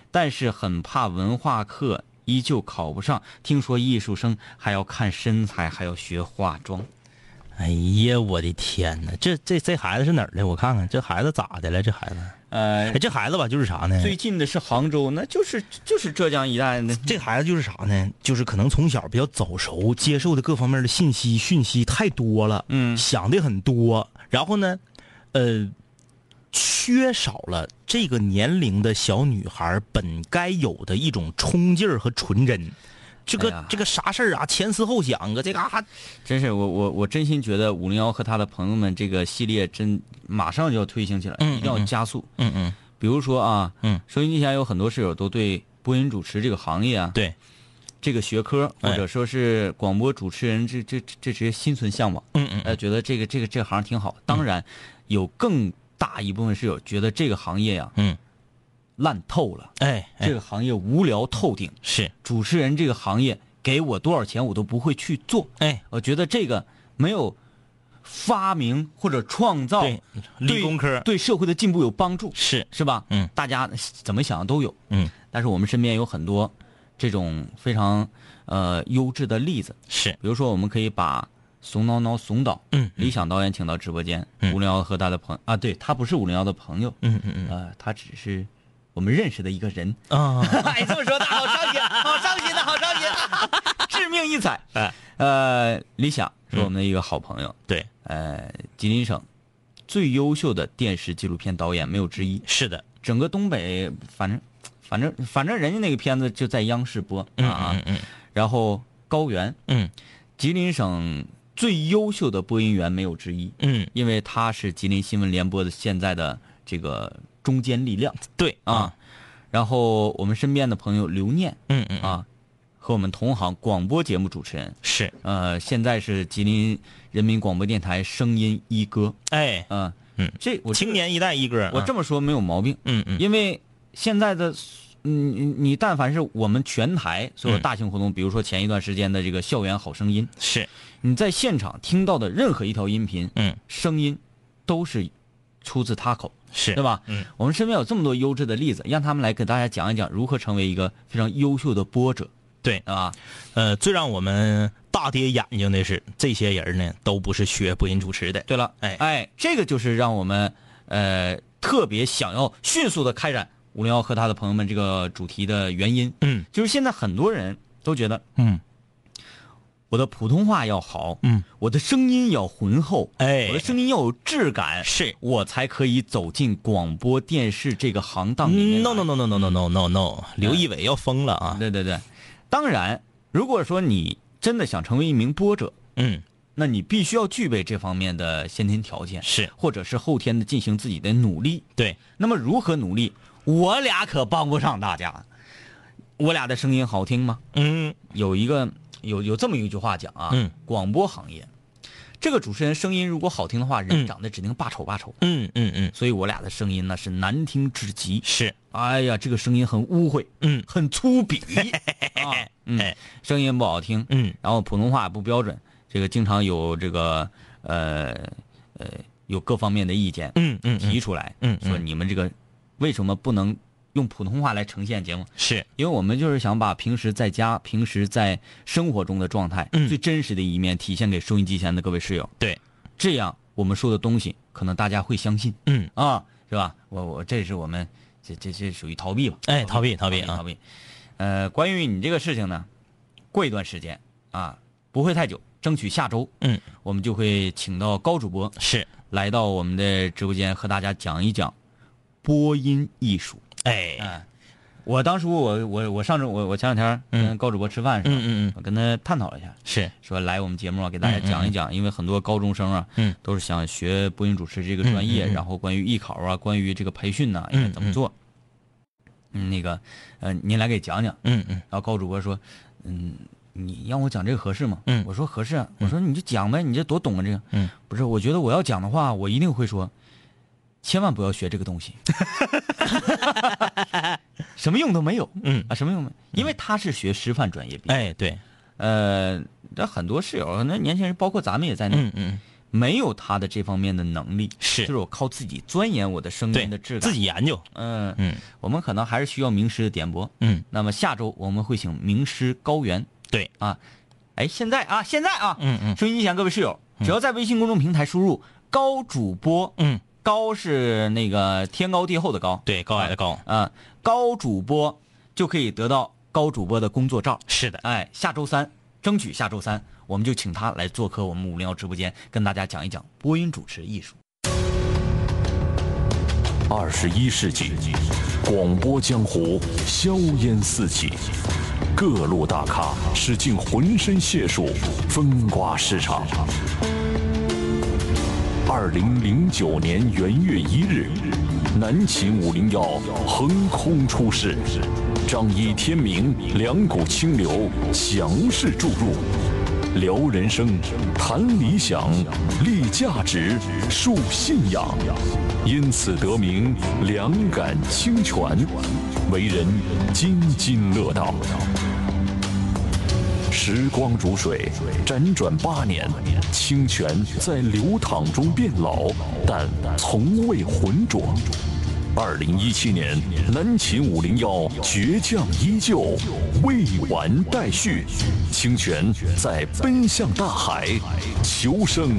S2: 但是很怕文化课。依旧考不上，听说艺术生还要看身材，还要学化妆。
S3: 哎呀，我的天哪，这这这孩子是哪儿的？我看看这孩子咋的了？这孩子，
S2: 呃
S3: 哎，，这孩子吧，就是啥呢？
S2: 最近的是杭州，那就是就是浙江一带的。
S3: 这孩子就是啥呢？就是可能从小比较早熟，接受的各方面的信息讯息太多了，
S2: 嗯
S3: 想的很多，然后呢，呃，缺少了这个年龄的小女孩本该有的一种冲劲儿和纯真。这个、
S2: 哎呀
S3: 这个啥事儿啊，前思后想啊，这嘎、哈，
S2: 真是我我我真心觉得五零幺和他的朋友们这个系列真马上就要推行起来，
S3: 嗯
S2: 一定要加速。
S3: 嗯嗯，
S2: 比如说啊，
S3: 嗯，
S2: 收音机前有很多室友都对播音主持这个行业啊，
S3: 对，
S2: 这个学科
S3: 哎
S2: 或者说是广播主持人这这这这直接心存向往，
S3: 嗯嗯
S2: 呃，觉得这个这个这行挺好。当然，有更大一部分室友觉得这个行业呀、
S3: 嗯，
S2: 烂透了，
S3: 哎，哎
S2: 这个行业无聊透顶。
S3: 是，
S2: 主持人这个行业给我多少钱我都不会去做。
S3: 哎，
S2: 我觉得这个没有发明或者创造，
S3: 哦对，理工科
S2: 对社会的进步有帮助，
S3: 是，
S2: 是吧？
S3: 嗯，
S2: 大家怎么想都有，
S3: 嗯，
S2: 但是我们身边有很多这种非常呃优质的例子，
S3: 是，
S2: 比如说我们可以把。怂挠挠怂导，
S3: 嗯
S2: 理想导演请到直播间，
S3: 嗯
S2: 五零幺和他的朋啊，对他不是五零幺的朋友，
S3: 嗯嗯
S2: 呃，他只是我们认识的一个
S3: *laughs*
S2: 人， *laughs*
S3: 嗯啊。
S2: 哎，这么说的好伤心，啊
S3: *laughs*
S2: 好伤心的，好伤心的， *laughs* 致命一踩。
S3: 哎
S2: 呃，李想是我们的一个好朋友，
S3: 对，
S2: 呃，吉林省最优秀的电视纪录片导演没有之一。
S3: 是的，
S2: 整个东北，反正反正反正人家那个片子就在央视播啊啊，
S3: 嗯嗯
S2: 然后高原，
S3: 嗯
S2: 吉林省最优秀的播音员没有之一，
S3: 嗯，
S2: 因为他是吉林新闻联播的现在的这个中坚力量
S3: 对
S2: 啊。，然后我们身边的朋友刘念，
S3: 嗯嗯，
S2: 啊，和我们同行广播节目主持人，
S3: 是，
S2: 呃，现在是吉林人民广播电台声音一哥，
S3: 哎，
S2: 嗯、
S3: 嗯
S2: 这我这
S3: 青，年一代一哥，啊
S2: 我这么说没有毛病，
S3: 嗯嗯
S2: 因为现在的你你你，但凡是我们全台所
S3: 嗯
S2: 有大型活动，比如说前一段时间的这个校园好声音，
S3: 是，
S2: 你在现场听到的任何一条音频，
S3: 嗯，
S2: 声音都是出自他口，
S3: 是，
S2: 对吧？
S3: 嗯，
S2: 我们身边有这么多优质的例子，让他们来给大家讲一讲如何成为一个非常优秀的播者，
S3: 对，
S2: 啊。
S3: 呃，最让我们大跌眼睛的是，这些人呢都不是学播音主持的，
S2: 对了，
S3: 哎
S2: 哎，这个就是让我们呃特别想要迅速的开展五零幺和他的朋友们这个主题的原因，
S3: 嗯
S2: 就是现在很多人都觉得
S3: 嗯
S2: 我的普通话要好，
S3: 嗯，
S2: 我的声音要浑厚，
S3: 哎
S2: 我的声音要有质感，
S3: 是
S2: 我才可以走进广播电视这个行当里面来。
S3: ，no no no no no no no no no，刘仪伟要疯了啊，
S2: 嗯对对对，当然，如果说你真的想成为一名播者，
S3: 嗯，
S2: 那你必须要具备这方面的先天条件，
S3: 是
S2: 或者是后天的进行自己的努力。
S3: 对，
S2: 那么如何努力？我俩可帮不上大家。我俩的声音好听吗？
S3: 嗯
S2: 有一个有有这么一句话讲啊，
S3: 嗯
S2: 广播行业，这个主持人声音如果好听的话，人
S3: 嗯
S2: 长得指定霸丑霸丑的。
S3: 嗯嗯嗯，
S2: 所以我俩的声音呢是难听至极。
S3: 是，
S2: 哎呀，这个声音很污秽，
S3: 嗯
S2: 很粗鄙
S3: *laughs*
S2: 啊，嗯
S3: 哎，
S2: 声音不好听，
S3: 嗯
S2: 然后普通话也不标准，这个经常有这个呃呃有各方面的意见
S3: 嗯嗯嗯，
S2: 提出来，
S3: 嗯嗯
S2: 说你们这个为什么不能用普通话来呈现节目？
S3: 是，
S2: 因为我们就是想把平时在家、平时在生活中的状态，
S3: 嗯
S2: 最真实的一面体现给收音机前的各位室友，
S3: 对，
S2: 这样我们说的东西可能大家会相信
S3: 嗯，
S2: 啊，是吧？我我这是我们这这这属于逃避吧？
S3: 哎，逃避逃
S2: 逃
S3: 避
S2: 逃
S3: 啊，
S2: 避。呃，关于你这个事情呢，过一段时间啊，不会太久，争取下周，
S3: 嗯，
S2: 我们就会请到高主播
S3: 是，
S2: 来到我们的直播间和大家讲一讲播音艺术。
S3: 哎，
S2: 哎，我当初我我我上周我我前两天跟高主播吃饭的时候，
S3: 嗯嗯嗯
S2: 我跟他探讨了一下，
S3: 是，
S2: 说来我们节目啊，给大家讲一讲，因为很多高中生啊，
S3: 嗯，
S2: 都是想学播音主持这个专业，
S3: 嗯嗯嗯
S2: 然后关于艺考啊，关于这个培训呐、应该怎么做？嗯，那个，呃，您来给讲讲。
S3: 嗯嗯
S2: 然后高主播说，嗯，你让我讲这个合适吗？
S3: 嗯
S2: 我说合适啊。我说你就讲呗，你这多懂啊这个。
S3: 嗯，
S2: 不是，我觉得我要讲的话，我一定会说，千万不要学这个东
S3: *laughs*
S2: 西，什么用都没有
S3: 嗯，
S2: 啊，什么用都没有，因为他是学师范专业毕业。
S3: 哎，对，
S2: 呃，这很多室友，那年轻人包括咱们也在内，
S3: 嗯嗯
S2: 没有他的这方面的能力，
S3: 是
S2: 就是我靠自己钻研我的声
S3: 对
S2: 音的质，感。
S3: 自己研究，
S2: 嗯，
S3: 嗯
S2: 我们可能还是需要名师的点拨。
S3: 嗯，
S2: 那么下周我们会请名师高原
S3: 对，
S2: 啊，哎，现在啊，现在啊，
S3: 嗯嗯
S2: 收音机前各位室友，只要在微信公众平台输入“高主播”，
S3: 嗯，
S2: 高是那个天高地厚的高，
S3: 对，高矮的高，
S2: 啊，高主播就可以得到高主播的工作照。
S3: 是的，
S2: 哎，下周三，争取下周三，我们就请他来做客我们五零幺直播间，跟大家讲一讲播音主持艺术。
S4: 二十一世纪，广播江湖硝烟四起，各路大咖使尽浑身解数风刮市场。二零零九年元月一日，南秦五零幺横空出世，张一天明，两股清流强势注入，聊人生，谈理想，立价值，树信仰，因此得名两感清泉，为人津津乐道。时光如水，辗转八年，清泉在流淌中变老，但从未浑浊。二零一七年，南秦五零幺倔强依旧，未完待续。清泉在奔向大海，求生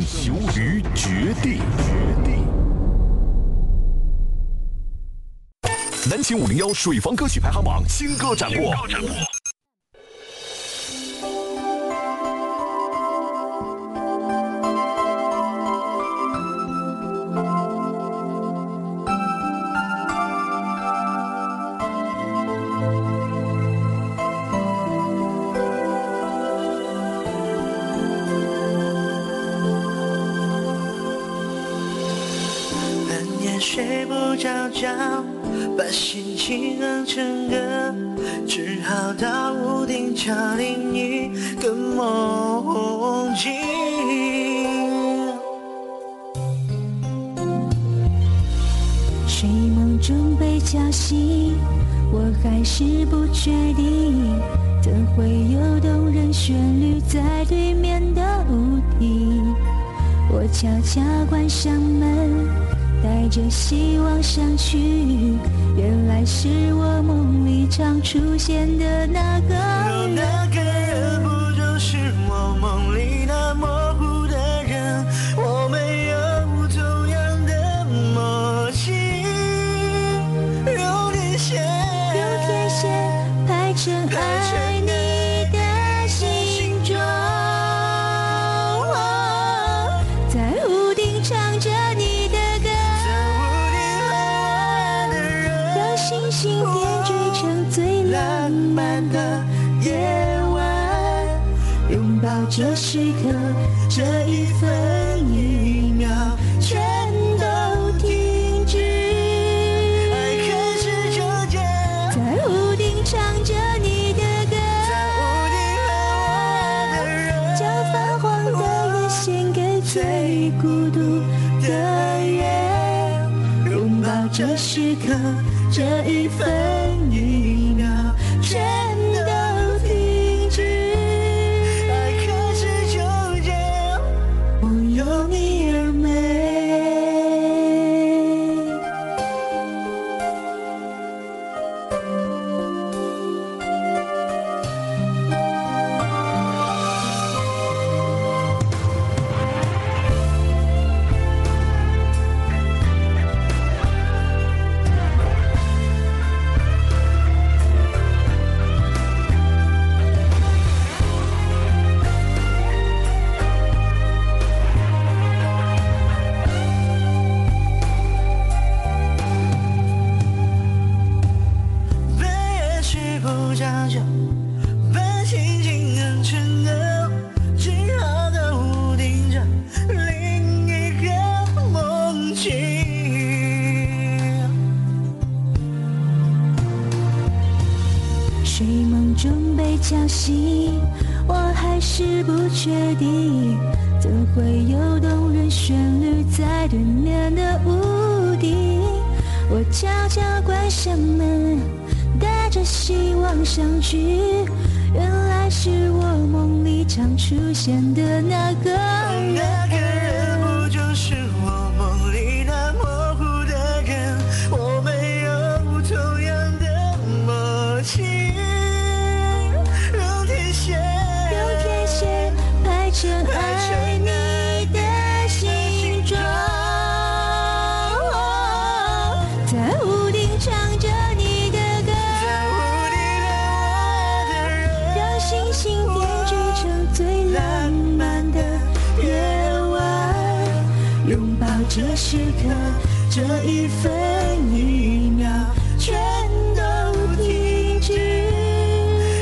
S4: 于绝地。南秦五零幺水房歌曲排行榜新歌展播。
S5: 半夜睡不着觉，把心情哼成歌，只好到屋顶敲另一个梦境。
S6: 睡梦中被叫醒，我还是不确定，怎会有动人旋律在对面的屋顶？我悄悄关上门，带着希望上去，原来是我梦里常出现的那个
S5: 若
S6: 人。
S5: 那个人不就是我梦里那模糊的人？我没有同样的默契，有点像。
S6: 用天线排成爱你的形状，在屋顶唱着你的歌，
S5: 在屋顶和我的人，
S6: 让星星点缀成最浪
S5: 浪
S6: 漫
S5: 漫
S6: 的
S5: 的夜晚，
S6: 拥抱这时刻，这一分一秒全都停止，
S5: 爱开始纠结，
S6: 在屋顶唱着你的歌。
S5: 在屋顶和我的人，
S6: 将泛黄的夜献给最孤独的人，拥抱这时刻，这一分一秒全都停止。
S5: 爱开始纠结，
S6: 我有你而美。
S5: 本乐曲不讲究，本心情很沉稳，只好在屋顶上另一个梦境。
S6: 睡梦中被叫醒，我还是不确定，怎会有动人旋律在对面的屋顶？我悄悄关上门，带着希望上去，原来是我梦里常出现的那个人。
S5: 那个人不就是我梦里那模糊的人？我没有同样的默契，用天线，
S6: 用天线排成爱你的形状，在屋顶唱着你的
S5: 在
S6: 歌，
S5: 屋顶和我的人，
S6: 让星星点缀成最浪漫的夜晚，拥抱这时刻，这一分一秒全都停止，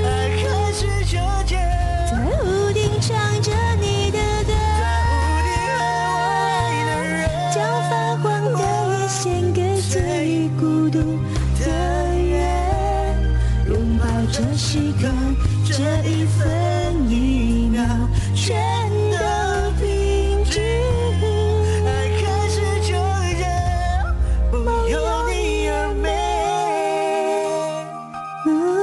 S5: 爱开始纠结，
S6: 在屋顶唱着你的歌。
S5: 在屋顶和我的人，
S6: 将泛黄的夜献给最孤独的人，拥抱这时刻，这一分一秒全都停止。
S5: 爱开始纠结，
S6: 梦
S5: 有
S6: 有
S5: 你
S6: 你
S5: 而
S6: 而
S5: 美。
S6: 嗯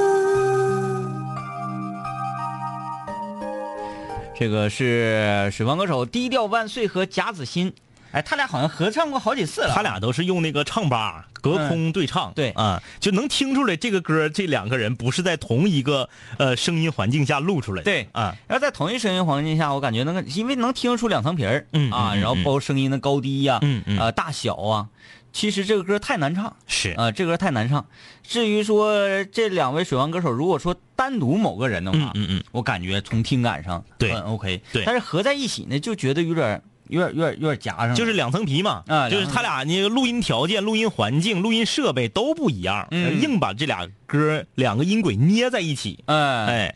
S2: 这个是水房歌手低调万岁和贾子欣，哎，他俩好像合唱过好几次了。
S3: 他俩都是用那个唱吧隔空对唱，
S2: 对
S3: 啊，就能听出来这个歌这两个人不是在同一个呃声音环境下录出来的，
S2: 对
S3: 啊，
S2: 然后在同一声音环境下，我感觉能够，因为能听出两层皮儿，
S3: 嗯
S2: 啊，
S3: 嗯嗯
S2: 然后包括声音的高低呀、
S3: 嗯嗯
S2: 呃，大小啊，其实这个歌太难唱，
S3: 是
S2: 啊，这歌太难唱。至于说这两位水王歌手，如果说单独某个人的话，
S3: 嗯嗯嗯
S2: 我感觉从听感上
S3: 对
S2: 很 OK，
S3: 对
S2: 但是合在一起呢，就觉得有点有点有点有点夹上了，
S3: 就是两层皮嘛，
S2: 啊
S3: 就是
S2: 两层皮
S3: 他俩那个录音条件、录音环境、录音设备都不一样，
S2: 嗯
S3: 硬把这俩歌两个音轨捏在一起，
S2: 嗯
S3: 哎，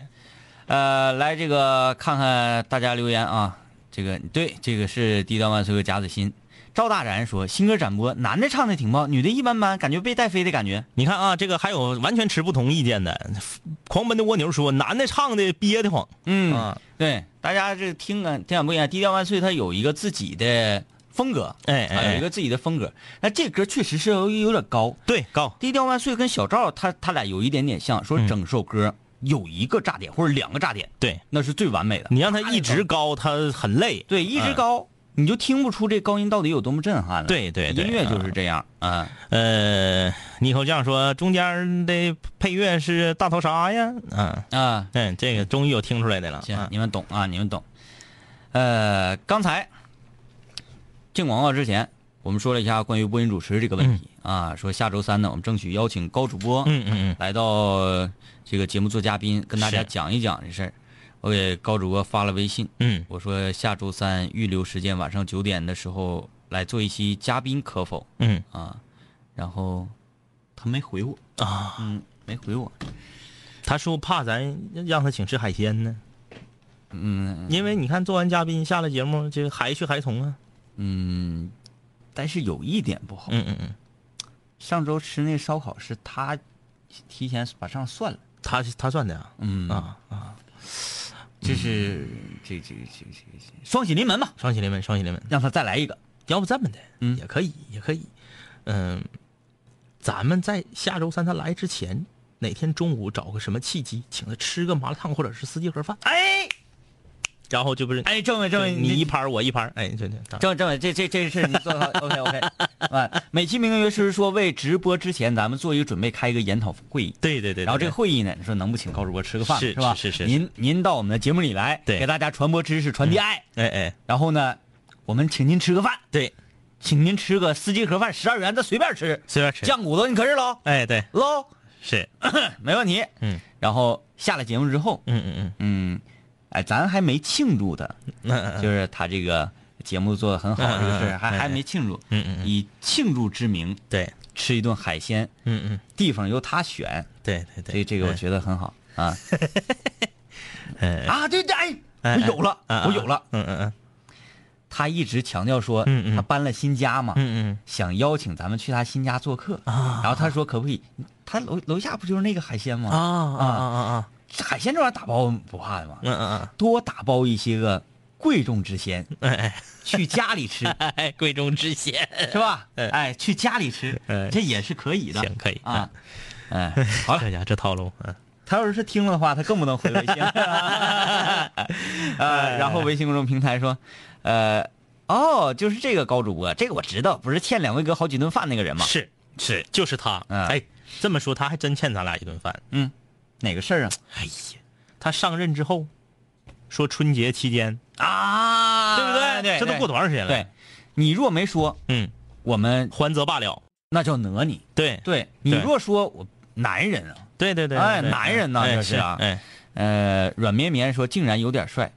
S2: 呃，来这个看看大家留言啊，这个对，这个是低端万岁和贾子欣。赵大然说：“新歌展播，男的唱的挺棒，女的一般般，感觉被带飞的感觉。
S3: 你看啊，这个还有完全持不同意见的，狂奔的蜗牛说男的唱的憋得慌，
S2: 嗯
S3: 啊
S2: 啊对，大家这听感听感不一样。低调万岁他有一个自己的风格，
S3: 哎哎
S2: 啊有一个自己的风格。那这歌确实是有有点高，
S3: 对，高，
S2: 低调万岁跟小赵他他俩有一点点像，说整首歌有一个炸点或者两个炸点，
S3: 对
S2: 那是最完美的。
S3: 你让他一直高，他很累。
S2: 对一直
S3: 嗯
S2: 高，你就听不出这高音到底有多么震撼了。
S3: 对对对嗯
S2: 音乐就是这样啊。
S3: 呃，你以后这样说，中间的配乐是大头啥呀？嗯
S2: 啊，
S3: 嗯，这个终于有听出来的了。
S2: 行，
S3: 嗯
S2: 你们懂啊，你们懂。呃，刚才进广告之前，我们说了一下关于播音主持这个问题、啊，说下周三呢，我们争取邀请高主播
S3: 嗯嗯
S2: 来到这个节目做嘉宾，跟大家
S3: 是
S2: 讲一讲这事儿。我给高主播发了微信，
S3: 嗯
S2: 我说下周三预留时间晚上九点的时候来做一期嘉宾，可否？
S3: 嗯
S2: 啊，然后他没回我，
S3: 嗯啊，
S2: 嗯，没回我，
S3: 他说怕咱让他请吃海鲜呢，
S2: 嗯
S3: 因为你看做完嘉宾下了节目，这还去还从
S2: 哦
S3: 啊。
S2: 嗯，但是有一点不好，
S3: 嗯嗯嗯，
S2: 上周吃那烧烤是他提前把账算了，
S3: 他他算的啊。
S2: 嗯
S3: 啊，
S2: 这是
S3: 嗯
S2: 这这这这这双喜临门吧，
S3: 双喜临门，双喜临门。
S2: 让他再来一个，
S3: 要不这么的，
S2: 嗯
S3: 也可以，也可以，嗯，咱们在下周三他来之前，哪天中午找个什么契机，请他吃个麻辣烫或者是司机盒饭，
S2: 哎
S3: 然后就不是，
S2: 哎，政委政委
S3: 你一
S2: 你。
S3: 盘儿我一盘儿，哎，对对，当然
S2: 政委政委，这这这事儿你做
S3: *laughs*
S2: 好，OK OK 啊！每期《明月约》是说为直播之前，咱们做一个准备，开一个研讨会议。
S3: 对对对，
S2: 然后这
S3: 对
S2: 个会议呢，你说能不请高主播吃个饭吗
S3: 是
S2: 吧？
S3: 是是是
S2: 您您到我们的节目里来，
S3: 对
S2: 给大家传播知识，传递爱。
S3: 哎哎，
S2: 然后呢，我们请您吃个饭，
S3: 对，
S2: 请您吃个四季盒饭，十二元的随便吃，
S3: 随便吃，
S2: 酱骨头你可是喽
S3: 哎对，
S2: 喽，
S3: 是，
S2: 没问题。
S3: 嗯
S2: 然后下了节目之后，
S3: 嗯嗯
S2: 嗯，哎，咱还没庆祝的，
S3: 嗯嗯
S2: 就是他这个节目做的很好，这个事儿还还没庆祝，
S3: 嗯嗯嗯
S2: 以庆祝之名
S3: 对，
S2: 吃一顿海鲜，
S3: 嗯嗯，
S2: 地方由他选，
S3: 对对
S2: 这
S3: 对，
S2: 这个我觉得很好啊
S3: *laughs* 哎。
S2: 啊，对对，哎，
S3: 哎
S2: 我有了，
S3: 哎
S2: 我有了。，
S3: 嗯嗯嗯
S2: 他一直强调说，
S3: 嗯嗯
S2: 他搬了新家嘛，
S3: 嗯
S2: 想邀请咱们去他新家做客。
S3: 啊
S2: 然后他说可不可以？他楼楼下不就是那个海鲜吗？
S3: 嗯，啊啊啊啊，
S2: 这海鲜这玩意儿打包不怕的嘛，
S3: 嗯嗯
S2: 多打包一些个贵重之鲜，
S3: 嗯，哎
S2: 去家里 *laughs* 吃
S3: 哎，贵中之贤，
S2: 是吧？
S3: 哎
S2: 哎，去家里吃
S3: 哎，
S2: 这也是可以的。
S3: 行可以嗯
S2: 啊，哎，好了，
S3: 这家这套路，嗯
S2: *laughs* 他要是听了的话，他更不能回微信。 *laughs* 呃，然后微信公众平台说，呃，哦，就是这个高主播，这个我知道，不是欠两位哥好几顿饭那个人吗？
S3: 是是，就是他。
S2: 嗯
S3: 哎，这么说他还真欠咱俩一顿饭。
S2: 嗯，哪个事儿啊？
S3: 哎呀，他上任之后，说春节期间，
S2: 啊
S3: 对不对？
S2: 对，
S3: 这都过多长时间了？
S2: 对，，你若没说，
S3: 嗯，
S2: 我们
S3: 还则罢了。
S2: 那叫讹你。
S3: 对
S2: 对你
S3: 对
S2: 若说我男人啊，
S3: 对对对，
S2: 哎
S3: 对
S2: 男人呐
S3: 哎
S2: 这是
S3: 是
S2: 啊
S3: 哎，
S2: 呃，软绵绵说竟然有点帅，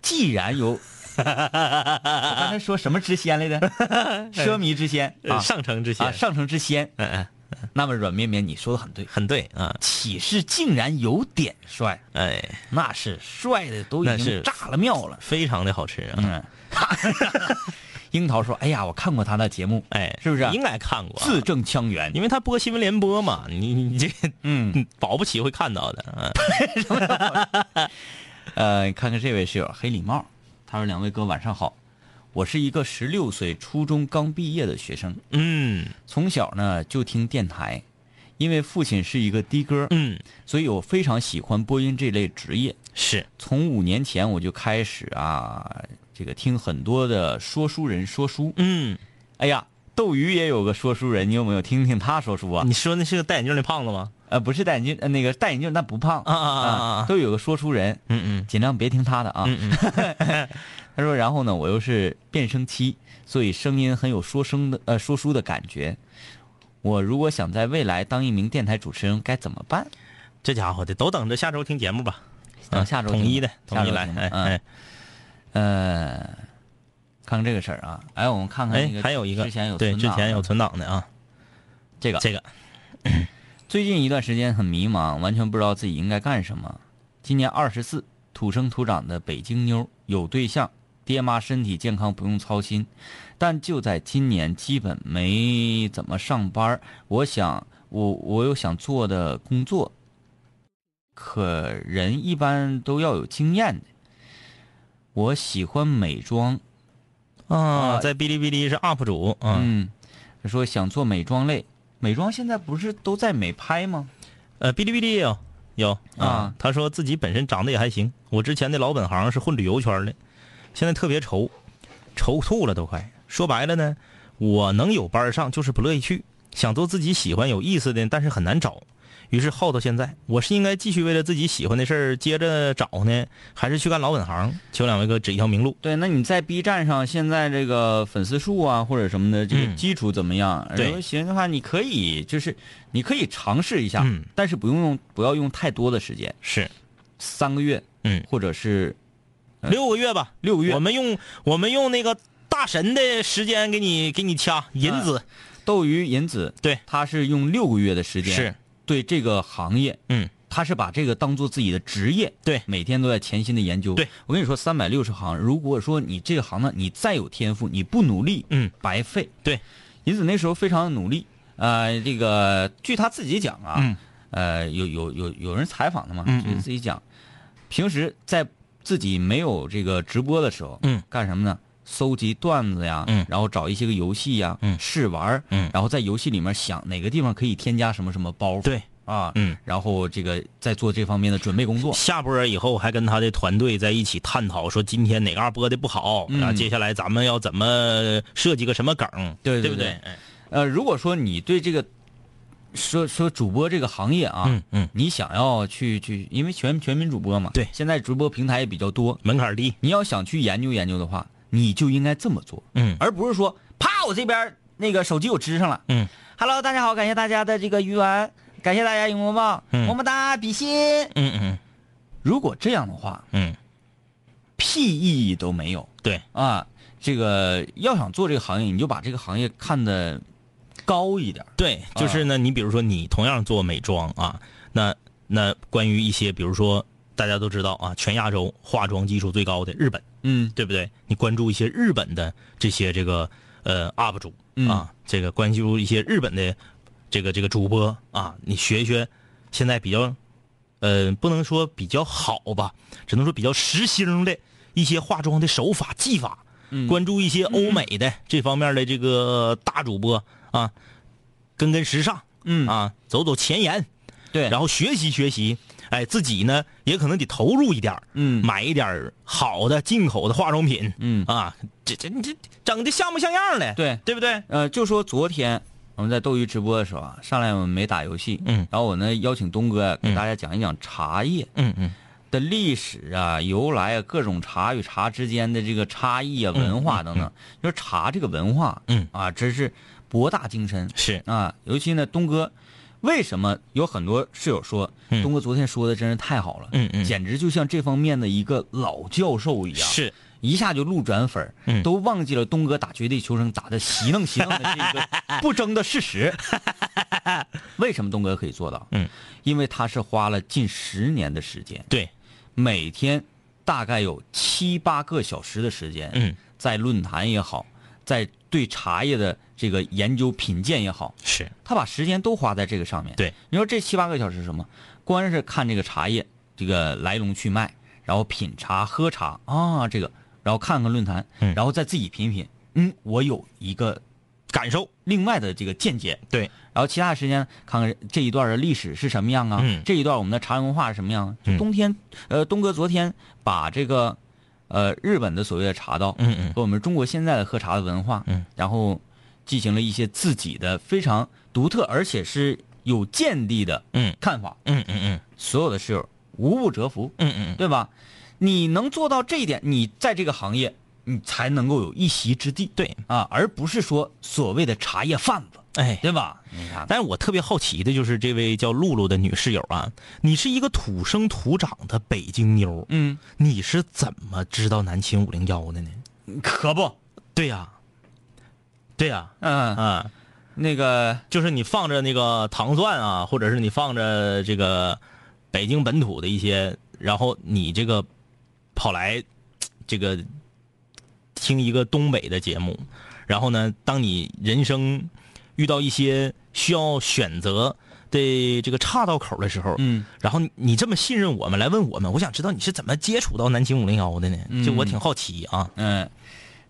S2: 既然
S3: *laughs*
S2: 有，我刚才说什么之仙来着？奢靡之仙
S3: 呃
S2: 啊，
S3: 上乘之
S2: 啊
S3: 贤，
S2: 上乘之仙。
S3: 哎哎，
S2: 那么软绵绵，你说的很对，
S3: 很对啊，
S2: 岂是竟然有点帅？
S3: 哎，
S2: 那是帅的都
S3: 那
S2: 已
S3: 是
S2: 经炸了庙了。
S3: 非常的好吃啊。
S2: 嗯，樱桃说：“哎呀，我看过他的节目，
S3: 哎，
S2: 是不是啊
S3: 应该看过啊，
S2: 字正腔圆。
S3: 因为他播新闻联播嘛，你你这个
S2: 嗯，
S3: 保不齐会看到的。嗯
S2: 呃，看看这位室友黑礼帽，他说：“两位哥晚上好，我是一个十六岁初中刚毕业的学生，
S3: 嗯
S2: 从小呢就听电台，因为父亲是一个的哥，
S3: 嗯，
S2: 所以我非常喜欢播音这类职业。
S3: 是
S2: 从五年前我就开始啊，这个听很多的说书人说书。
S3: 嗯，
S2: 哎呀，斗鱼也有个说书人，你有没有听听他说书啊？
S3: 你说那是个戴眼镜的胖子吗？
S2: 呃，不是戴眼镜，呃那个戴眼镜但不胖
S3: 啊啊啊啊
S2: 都有个说书人，
S3: 嗯嗯。
S2: 尽量别听他的啊。 *laughs* 他说，然后呢，我又是变声期，所以声音很有说声的呃说书的感觉。我如果想在未来当一名电台主持人，该怎么办？
S3: 这家伙的都等着下周听节目吧，
S2: 等
S3: 啊
S2: 下周
S3: 统
S2: 听
S3: 一的
S2: 吧，下
S3: 统一
S2: 周
S3: 来，
S2: 听
S3: 哎
S2: 嗯
S3: 哎，
S2: 呃，看看这个事儿啊，哎，我们看看那
S3: 哎，
S2: 个，
S3: 还有一个
S2: 之前有
S3: 对
S2: 存
S3: 之
S2: 档
S3: 前
S2: 的
S3: 有存档的啊，
S2: 这个
S3: 这个
S2: 最近一段时间很迷茫，完全不知道自己应该干什么。今年二十四，土生土长的北京妞，有对象，爹妈身体健康不用操心。但就在今年，基本没怎么上班。我想，我我有想做的工作，可人一般都要有经验的。我喜欢美妆，
S3: 啊，在哔哩哔哩是 UP 主，嗯，
S2: 嗯，他说想做美妆类，美妆现在不是都在美拍吗？
S3: 呃，哔哩哔哩也有有
S2: 啊
S3: 啊，他说自己本身长得也还行，我之前的老本行是混旅游圈的，现在特别愁，愁吐了都快。说白了呢，我能有班上就是不乐意去，想做自己喜欢有意思的，但是很难找。于是耗到现在，我是应该继续为了自己喜欢的事儿接着找呢，还是去干老本行？求两位哥指一条明路。
S2: 对，那你在 B 站上现在这个粉丝数啊，或者什么的，这个
S3: 嗯
S2: 基础怎么样？
S3: 对
S2: 如果行的话，你可以就是你可以尝试一下，
S3: 嗯
S2: 但是不用用不要用太多的时间，
S3: 是，
S2: 三个月
S3: 嗯，
S2: 或者是
S3: 六个月吧，
S2: 六个月
S3: 我们用我们用那个大神的时间给你给你掐银
S2: 啊
S3: 子，
S2: 斗鱼银子，
S3: 对
S2: 他是用六个月的时间，
S3: 是
S2: 对这个行业，
S3: 嗯，
S2: 他是把这个当做自己的职业，
S3: 对
S2: 每天都在潜心的研究。
S3: 对，
S2: 我跟你说，三百六十行，如果说你这个行当你再有天赋，你不努力，
S3: 嗯，
S2: 白费。
S3: 对，
S2: 银子那时候非常努力，呃，这个据他自己讲啊，
S3: 嗯
S2: 呃，有有有有人采访他嘛，
S3: 嗯
S2: 就
S3: 嗯
S2: 自己讲，平时在自己没有这个直播的时候，
S3: 嗯，
S2: 干什么呢？搜集段子呀，
S3: 嗯
S2: 然后找一些个游戏呀，
S3: 嗯
S2: 试玩儿，
S3: 嗯
S2: 然后在游戏里面想哪个地方可以添加什么什么包袱，
S3: 对
S2: 啊，
S3: 嗯，
S2: 然后这个在做这方面的准备工作，
S3: 下播以后还跟他的团队在一起探讨，说今天哪嘎播的不好，
S2: 嗯
S3: 然后接下来咱们要怎么呃设计个什么梗，
S2: 对
S3: 对哎
S2: 对
S3: 不
S2: 对？呃，如果说你对这个说说主播这个行业啊，
S3: 嗯嗯，
S2: 你想要去去，因为全全民主播嘛，
S3: 对
S2: 现在直播平台也比较多，
S3: 门槛低，
S2: 你要想去研究研究的话，你就应该这么做，
S3: 嗯
S2: 而不是说啪我这边那个手机我支上了，
S3: 嗯
S2: ，Hello，大家好，感谢大家的这个鱼丸，感谢大家荧光棒，
S3: 嗯
S2: 么么哒，比心。
S3: 嗯嗯
S2: 如果这样的话，
S3: 嗯，
S2: 屁意义都没有
S3: 对，
S2: 啊！这个要想做这个行业，你就把这个行业看得高一点儿。
S3: 对，
S2: 啊
S3: 就是呢，你比如说你同样做美妆啊，那那关于一些比如说大家都知道啊，全亚洲化妆技术最高的日本，
S2: 嗯
S3: 对不对？你关注一些日本的这些这个呃 UP 主
S2: 嗯
S3: 啊，这个关注一些日本的这个这个主播啊，你学一学现在比较呃不能说比较好吧，只能说比较时兴的一些化妆的手法技法，
S2: 嗯
S3: 关注一些欧美的这方面的这个大主播啊，跟跟时尚
S2: 嗯，
S3: 啊，走走前沿，
S2: 对，
S3: 然
S2: 后
S3: 后学习学习，哎，自己呢也可能得投入一点儿
S2: 嗯
S3: 买一点儿好的进口的化妆品，
S2: 嗯
S3: 啊，这这你这整的像模像样的，
S2: 对
S3: 对不对？
S2: 呃，就说昨天我们在斗鱼直播的时候啊，上来我们没打游戏，
S3: 嗯
S2: 然后我呢邀请东哥啊给
S3: 嗯
S2: 大家讲一讲茶叶
S3: 嗯嗯
S2: 的历史啊、由来啊、各种茶与茶之间的这个差异啊、文化等等。就是茶这个文化，
S3: 嗯
S2: 啊，真是博大精深。
S3: 是，
S2: 啊，尤其呢，东哥，为什么有很多室友说、
S3: 嗯
S2: 东哥昨天说的真是太好了，
S3: 嗯嗯
S2: 简直就像这方面的一个老教授一样，
S3: 是
S2: 一下就路转粉儿，
S3: 嗯
S2: 都忘记了东哥打绝地求生打的席愣席愣的这个
S3: *laughs*
S2: 不争的事实。为什么东哥可以做到？
S3: 嗯，
S2: 因为他是花了近十年的时间，
S3: 对，
S2: 每天大概有七八个小时的时间，
S3: 嗯，
S2: 在论坛也好，在对茶叶的这个研究品鉴也好，
S3: 是
S2: 他把时间都花在这个上面。
S3: 对，
S2: 你说这七八个小时是什么？光是看这个茶叶这个来龙去脉，然后品茶、喝茶啊，这个，然后看看论坛，
S3: 嗯
S2: 然后再自己品品。嗯，我有一个
S3: 感受，
S2: 另外的这个见解。
S3: 对，
S2: 然后其他的时间看看这一段的历史是什么样啊？
S3: 嗯
S2: 这一段我们的茶文化是什么样啊？就
S3: 嗯
S2: 冬天，呃，东哥昨天把这个，呃，日本的所谓的茶道，
S3: 嗯嗯
S2: 和我们中国现在的喝茶的文化，
S3: 嗯，
S2: 然后进行了一些自己的非常独特而且是有见地的
S3: 嗯
S2: 看法，
S3: 嗯嗯嗯
S2: 所有的室友无不折服，
S3: 嗯嗯，
S2: 对吧？你能做到这一点，你在这个行业你才能够有一席之地，
S3: 对
S2: 啊，而不是说所谓的茶叶贩子，
S3: 哎。
S2: 对吧？你看，
S3: 但是我特别好奇的就是这位叫露露的女室友啊，你是一个土生土长的北京妞，
S2: 嗯，
S3: 你是怎么知道南秦五零幺的呢？
S2: 可不，
S3: 对呀、对呀、
S2: 嗯，
S3: 啊
S2: 那个，
S3: 就是你放着那个糖蒜啊，或者是你放着这个北京本土的一些，然后你这个跑来这个听一个东北的节目，然后呢，当你人生遇到一些需要选择的这个岔道口的时候，
S2: 嗯，
S3: 然后你你这么信任我们来问我们，我想知道你是怎么接触到南秦五零幺的呢？就我挺好奇啊，
S2: 嗯、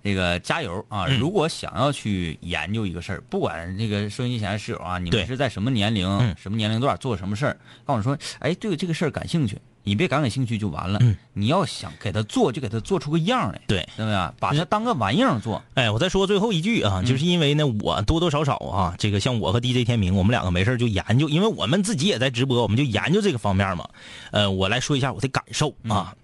S2: 这个加油啊！如果想要去研究一个事儿，不管这个收音机前的室友啊，你
S3: 对
S2: 们是在什么年龄、
S3: 嗯
S2: 什么年龄段做什么事儿，告诉说，哎，对这个事儿感兴趣，你别感感兴趣就完了。
S3: 嗯
S2: 你要想给他做，就给他做出个样儿来，
S3: 对
S2: 对不对？把它当个玩意儿做。
S3: 哎，我再说最后一句啊，就是因为呢，我多多少少啊，这个像我和 DJ 天明，我们两个没事儿就研究，因为我们自己也在直播，我们就研究这个方面嘛。呃，我来说一下我的感受啊，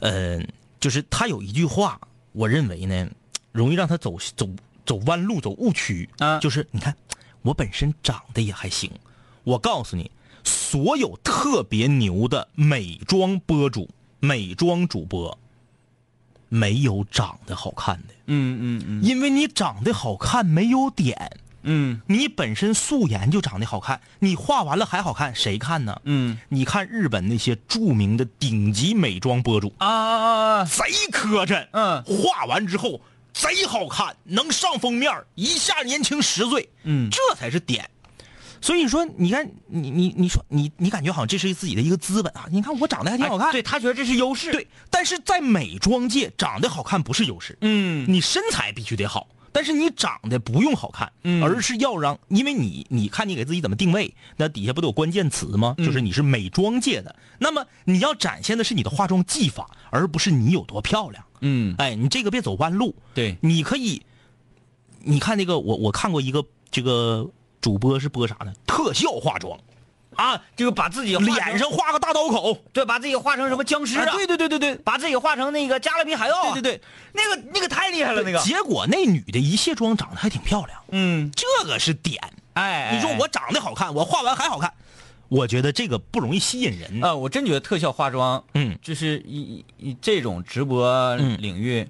S3: 呃，就是他有一句话，我认为呢，容易让他走走走弯路、走误区
S2: 啊
S3: 就是你看，我本身长得也还行，我告诉你，所有特别牛的美妆博主、美妆主播，没有长得好看的。
S2: 嗯嗯嗯
S3: 因为你长得好看没有点，
S2: 嗯
S3: 你本身素颜就长得好看，你画完了还好看，谁看呢？
S2: 嗯
S3: 你看日本那些著名的顶级美妆博主，
S2: 啊啊啊啊！
S3: 贼磕碜，
S2: 嗯
S3: 画完之后贼好看，能上封面儿，一下年轻十岁，
S2: 嗯
S3: 这才是点。所以说，你看，你你你说你你感觉好像这是自己的一个资本啊！你看我长得还挺好看，
S2: 哎对他觉得这是优势。
S3: 对，但是在美妆界，长得好看不是优势，
S2: 嗯
S3: 你身材必须得好，但是你长得不用好看，
S2: 嗯
S3: 而是要让，因为你你看你给自己怎么定位，那底下不都有关键词吗？
S2: 嗯
S3: 就是你是美妆界的，那么你要展现的是你的化妆技法，而不是你有多漂亮。
S2: 嗯，
S3: 哎，你这个别走弯路，
S2: 对
S3: 你可以，你看那个我我看过一个这个主播是播啥呢？特效化妆，
S2: 啊，就把自己
S3: 脸上画个大刀口，
S2: 对，把自己画成什么僵尸啊？
S3: 啊对对对对对。
S2: 把自己画成那个加勒比海盗啊。
S3: 对对对，
S2: 那个那个太厉害了，那个。
S3: 结果那女的一卸妆长得还挺漂亮，
S2: 嗯，
S3: 这个是点。
S2: 哎，
S3: 你说我长得好看，我画完还好看，我觉得这个不容易吸引人。
S2: 啊，我真觉得特效化妆，
S3: 嗯，
S2: 就是一一一这种直播
S3: 嗯
S2: 领域，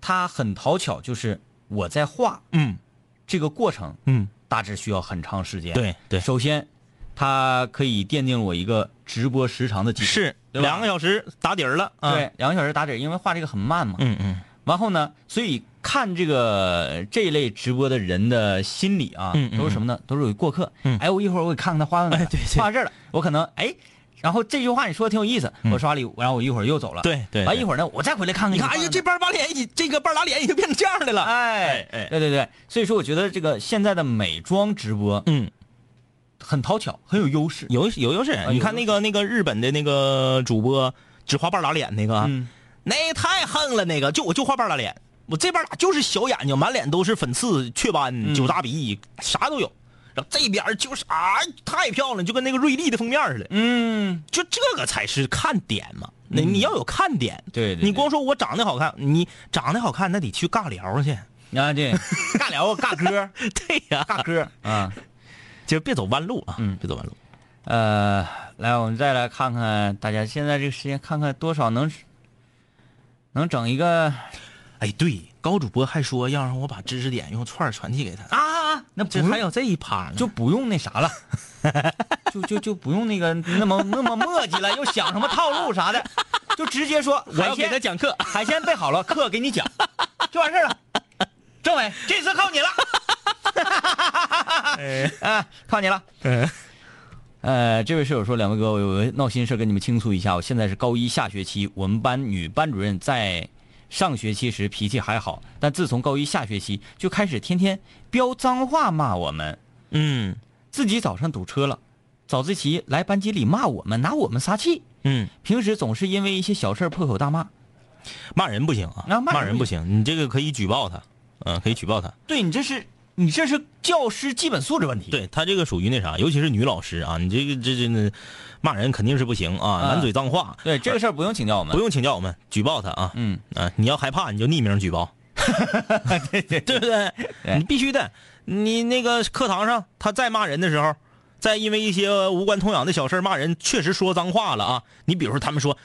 S2: 它很讨巧，就是我在画
S3: 嗯
S2: 这个过程，
S3: 嗯，
S2: 大致需要很长时间。
S3: 对对
S2: 首先，它可以奠定我一个直播时长的基础，
S3: 是
S2: 对吧
S3: 两个小时打底儿了。啊
S2: 对，，两个小时打底儿，因为画这个很慢嘛。
S3: 嗯嗯
S2: 然后呢，所以看这个这一类直播的人的心理啊，
S3: 嗯嗯
S2: 都是什么呢？都是有顾客。
S3: 嗯
S2: 哎，我一会儿我给看看他画到哪儿了，
S3: 哎对对
S2: 画到这儿了，我可能哎，然后这句话你说的挺有意思，我刷礼物，然后我一会儿又走了，
S3: 嗯对对
S2: 完
S3: 对
S2: 一会儿呢，我再回来看看
S3: 你看，
S2: 画
S3: 哎
S2: 的
S3: 呀，
S2: 哪
S3: 这半拉脸已，这个半拉脸已经变成这样的了。
S2: 哎
S3: 哎
S2: 对对对，所以说我觉得这个现在的美妆直播
S3: 嗯，
S2: 很讨巧，很有优势。
S3: 有啊有优势。
S2: 有
S3: 你看
S2: 优
S3: 那个那个日本的那个主播，只画半拉脸那个啊，
S2: 嗯
S3: 那也太横了。那个就我就画半拉脸，我这边儿就是小眼睛，满脸都是粉刺、雀斑、酒渣鼻，啥都有。然后这边儿就是啊，太漂亮，就跟那个瑞丽的封面似的。
S2: 嗯，
S3: 就这个才是看点嘛。那你要有看点，
S2: 对对对
S3: 你光说我长得好看，你长得好看，那得去尬聊去。
S2: 你看啊这 *laughs* 尬聊尬歌
S3: *laughs* 对呀、
S2: 尬歌啊，
S3: 就别走弯路啊，嗯，别走弯路。
S2: 呃，来，我们再来看看大家现在这个时间，看看多少能能整一个
S3: 哎，对，高主播还说要让我把知识点用串儿传递给他，
S2: 啊？那不
S3: 这
S2: 用
S3: 还有这一趴呢。
S2: 就不用那啥了，就就就不用那个那么那么墨迹了，又想什么套路啥的，就直接说
S3: 我要
S2: 海
S3: 给他
S2: 鲜
S3: 讲课，
S2: 海鲜备好了，课给你讲，就完事儿了。政委，这次靠你了，啊，靠你了。呃，这位室友说，两位哥，我有个闹心事儿跟你们倾诉一下。我现在是高一下学期，我们班女班主任在上学期时脾气还好，但自从高一下学期就开始天天飙脏话骂我们。
S3: 嗯
S2: 自己早上堵车了，早自习来班级里骂我们，拿我们撒气。
S3: 嗯，
S2: 平时总是因为一些小事儿破口大骂。
S3: 骂人不行啊，
S2: 啊骂人
S3: 人不行，你这个可以举报他，嗯，可以举报他。
S2: 对你这是你这是教师基本素质问题。
S3: 对他这个属于那啥，尤其是女老师啊，你这个这这那骂人肯定是不行啊，
S2: 啊
S3: 满嘴脏话，
S2: 对，这个事儿不用请教我们。
S3: 不用请教我们，举报他啊。
S2: 嗯
S3: 啊，你要害怕你就匿名举报， *laughs* 对对不对？
S2: 对
S3: 你必须的。你那个课堂上他再骂人的时候，再因为一些呃无关痛痒的小事儿骂人，确实说脏话了啊。你比如说他们说，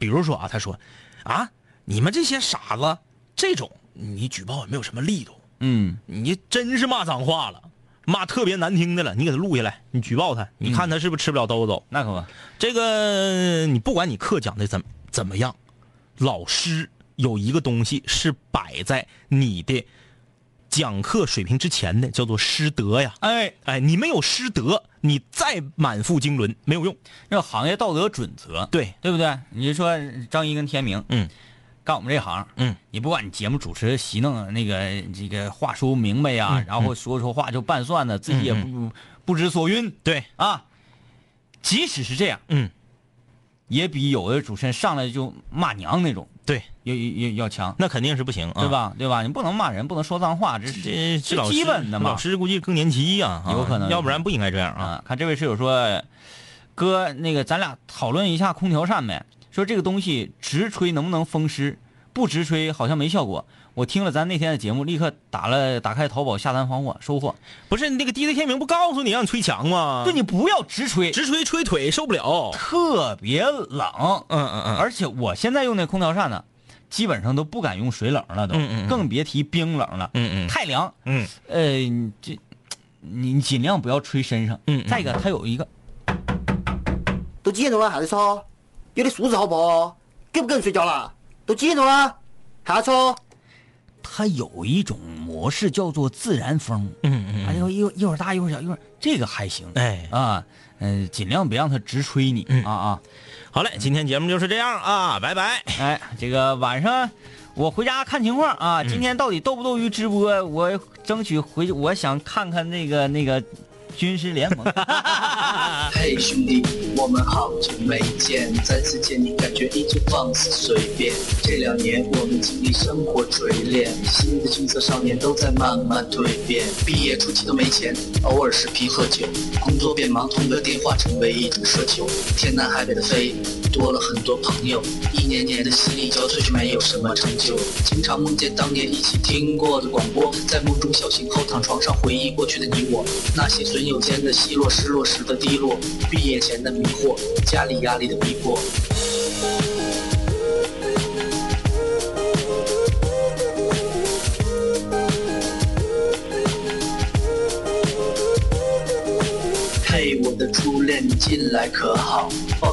S3: 比如说啊，他说啊，你们这些傻子，这种你举报也没有什么力度，
S2: 嗯
S3: 你真是骂脏话了。骂特别难听的了，你给他录下来，你举报他，
S2: 嗯
S3: 你看他是不是吃不了兜着走。
S2: *laughs* 那可不，
S3: 这个你不管你课讲的怎怎么样，老师有一个东西是摆在你的讲课水平之前的，叫做师德呀。
S2: 哎，
S3: 哎，你没有师德，你再满腹经纶没有用。
S2: 这行业道德准则，
S3: 对，
S2: 对不对？你就说张一跟天明，
S3: 嗯，
S2: 干我们这行，
S3: 嗯，
S2: 你不管你节目主持席弄那个这个话说明白呀、
S3: 嗯
S2: 然后说说话就拌蒜呢，自己也不、不知所云
S3: 对，
S2: 啊。即使是这样，
S3: 嗯，
S2: 也比有的主持人上来就骂娘那种
S3: 对，
S2: 要要要要强，
S3: 那肯定是不行啊，
S2: 对？吧？对吧？你不能骂人，不能说脏话，这是
S3: 这这老师
S2: 基本的嘛
S3: 老师估计更年期呀、啊，
S2: 有可能
S3: 要不然不应该这样啊。
S2: 啊。看这位室友说，哥，那个咱俩讨论一下空调扇呗。说这个东西直吹能不能风湿，不直吹好像没效果。我听了咱那天的节目，立刻打了打开淘宝下单防火收货。
S3: 不是你那个 DJ 天明不告诉你让你吹墙吗？
S2: 对，你不要直吹，
S3: 啊直吹吹腿受
S2: *laughs*
S3: 不了。
S2: 特别冷。
S3: 嗯嗯嗯，
S2: 而且我现在用那空调扇呢，基本上都不敢用水冷了，都，
S3: 嗯嗯嗯
S2: 更别提冰冷了，
S3: 嗯嗯
S2: 太凉。
S3: 嗯，
S2: 呃，你这你你尽量不要吹身上。
S3: 嗯嗯
S2: 再一个，它有一个
S7: 都几点钟了，还在吵？有点素质好不好？给不给人睡觉了？都几点钟了，还在吵？
S2: 它有一种模式叫做自然风，嗯嗯，哎呦，一会儿一会儿大一会儿小，一会儿这个还行，
S3: 哎嗯
S2: 啊，嗯、尽量别让它直吹你、啊啊，
S3: 好嘞，今天节目就是这样啊，拜拜。
S2: 哎，这个晚上我回家看情况啊，
S3: 嗯
S2: 今天到底斗不斗鱼直播，我争取回，我想看看那个那个军师联盟。
S8: 嘿，兄弟，我们好久没见，再次见你感觉依旧放肆随便。这两年我们经历生活锤炼，新的青涩少年都在慢慢蜕变。毕业初期都没钱，偶尔是皮喝酒，工作变忙，通个电话成为一种奢求。天南海北的飞，多了很多朋友，一年年的心力交瘁却没有什么成就。经常梦见当年一起听过的广播，在梦中小醒后躺床上回忆过去的你我，那些损友间的奚落，失落时的低落，毕业前的迷惑，家里压力的逼迫。嘿，我的初恋，你近来可好？抱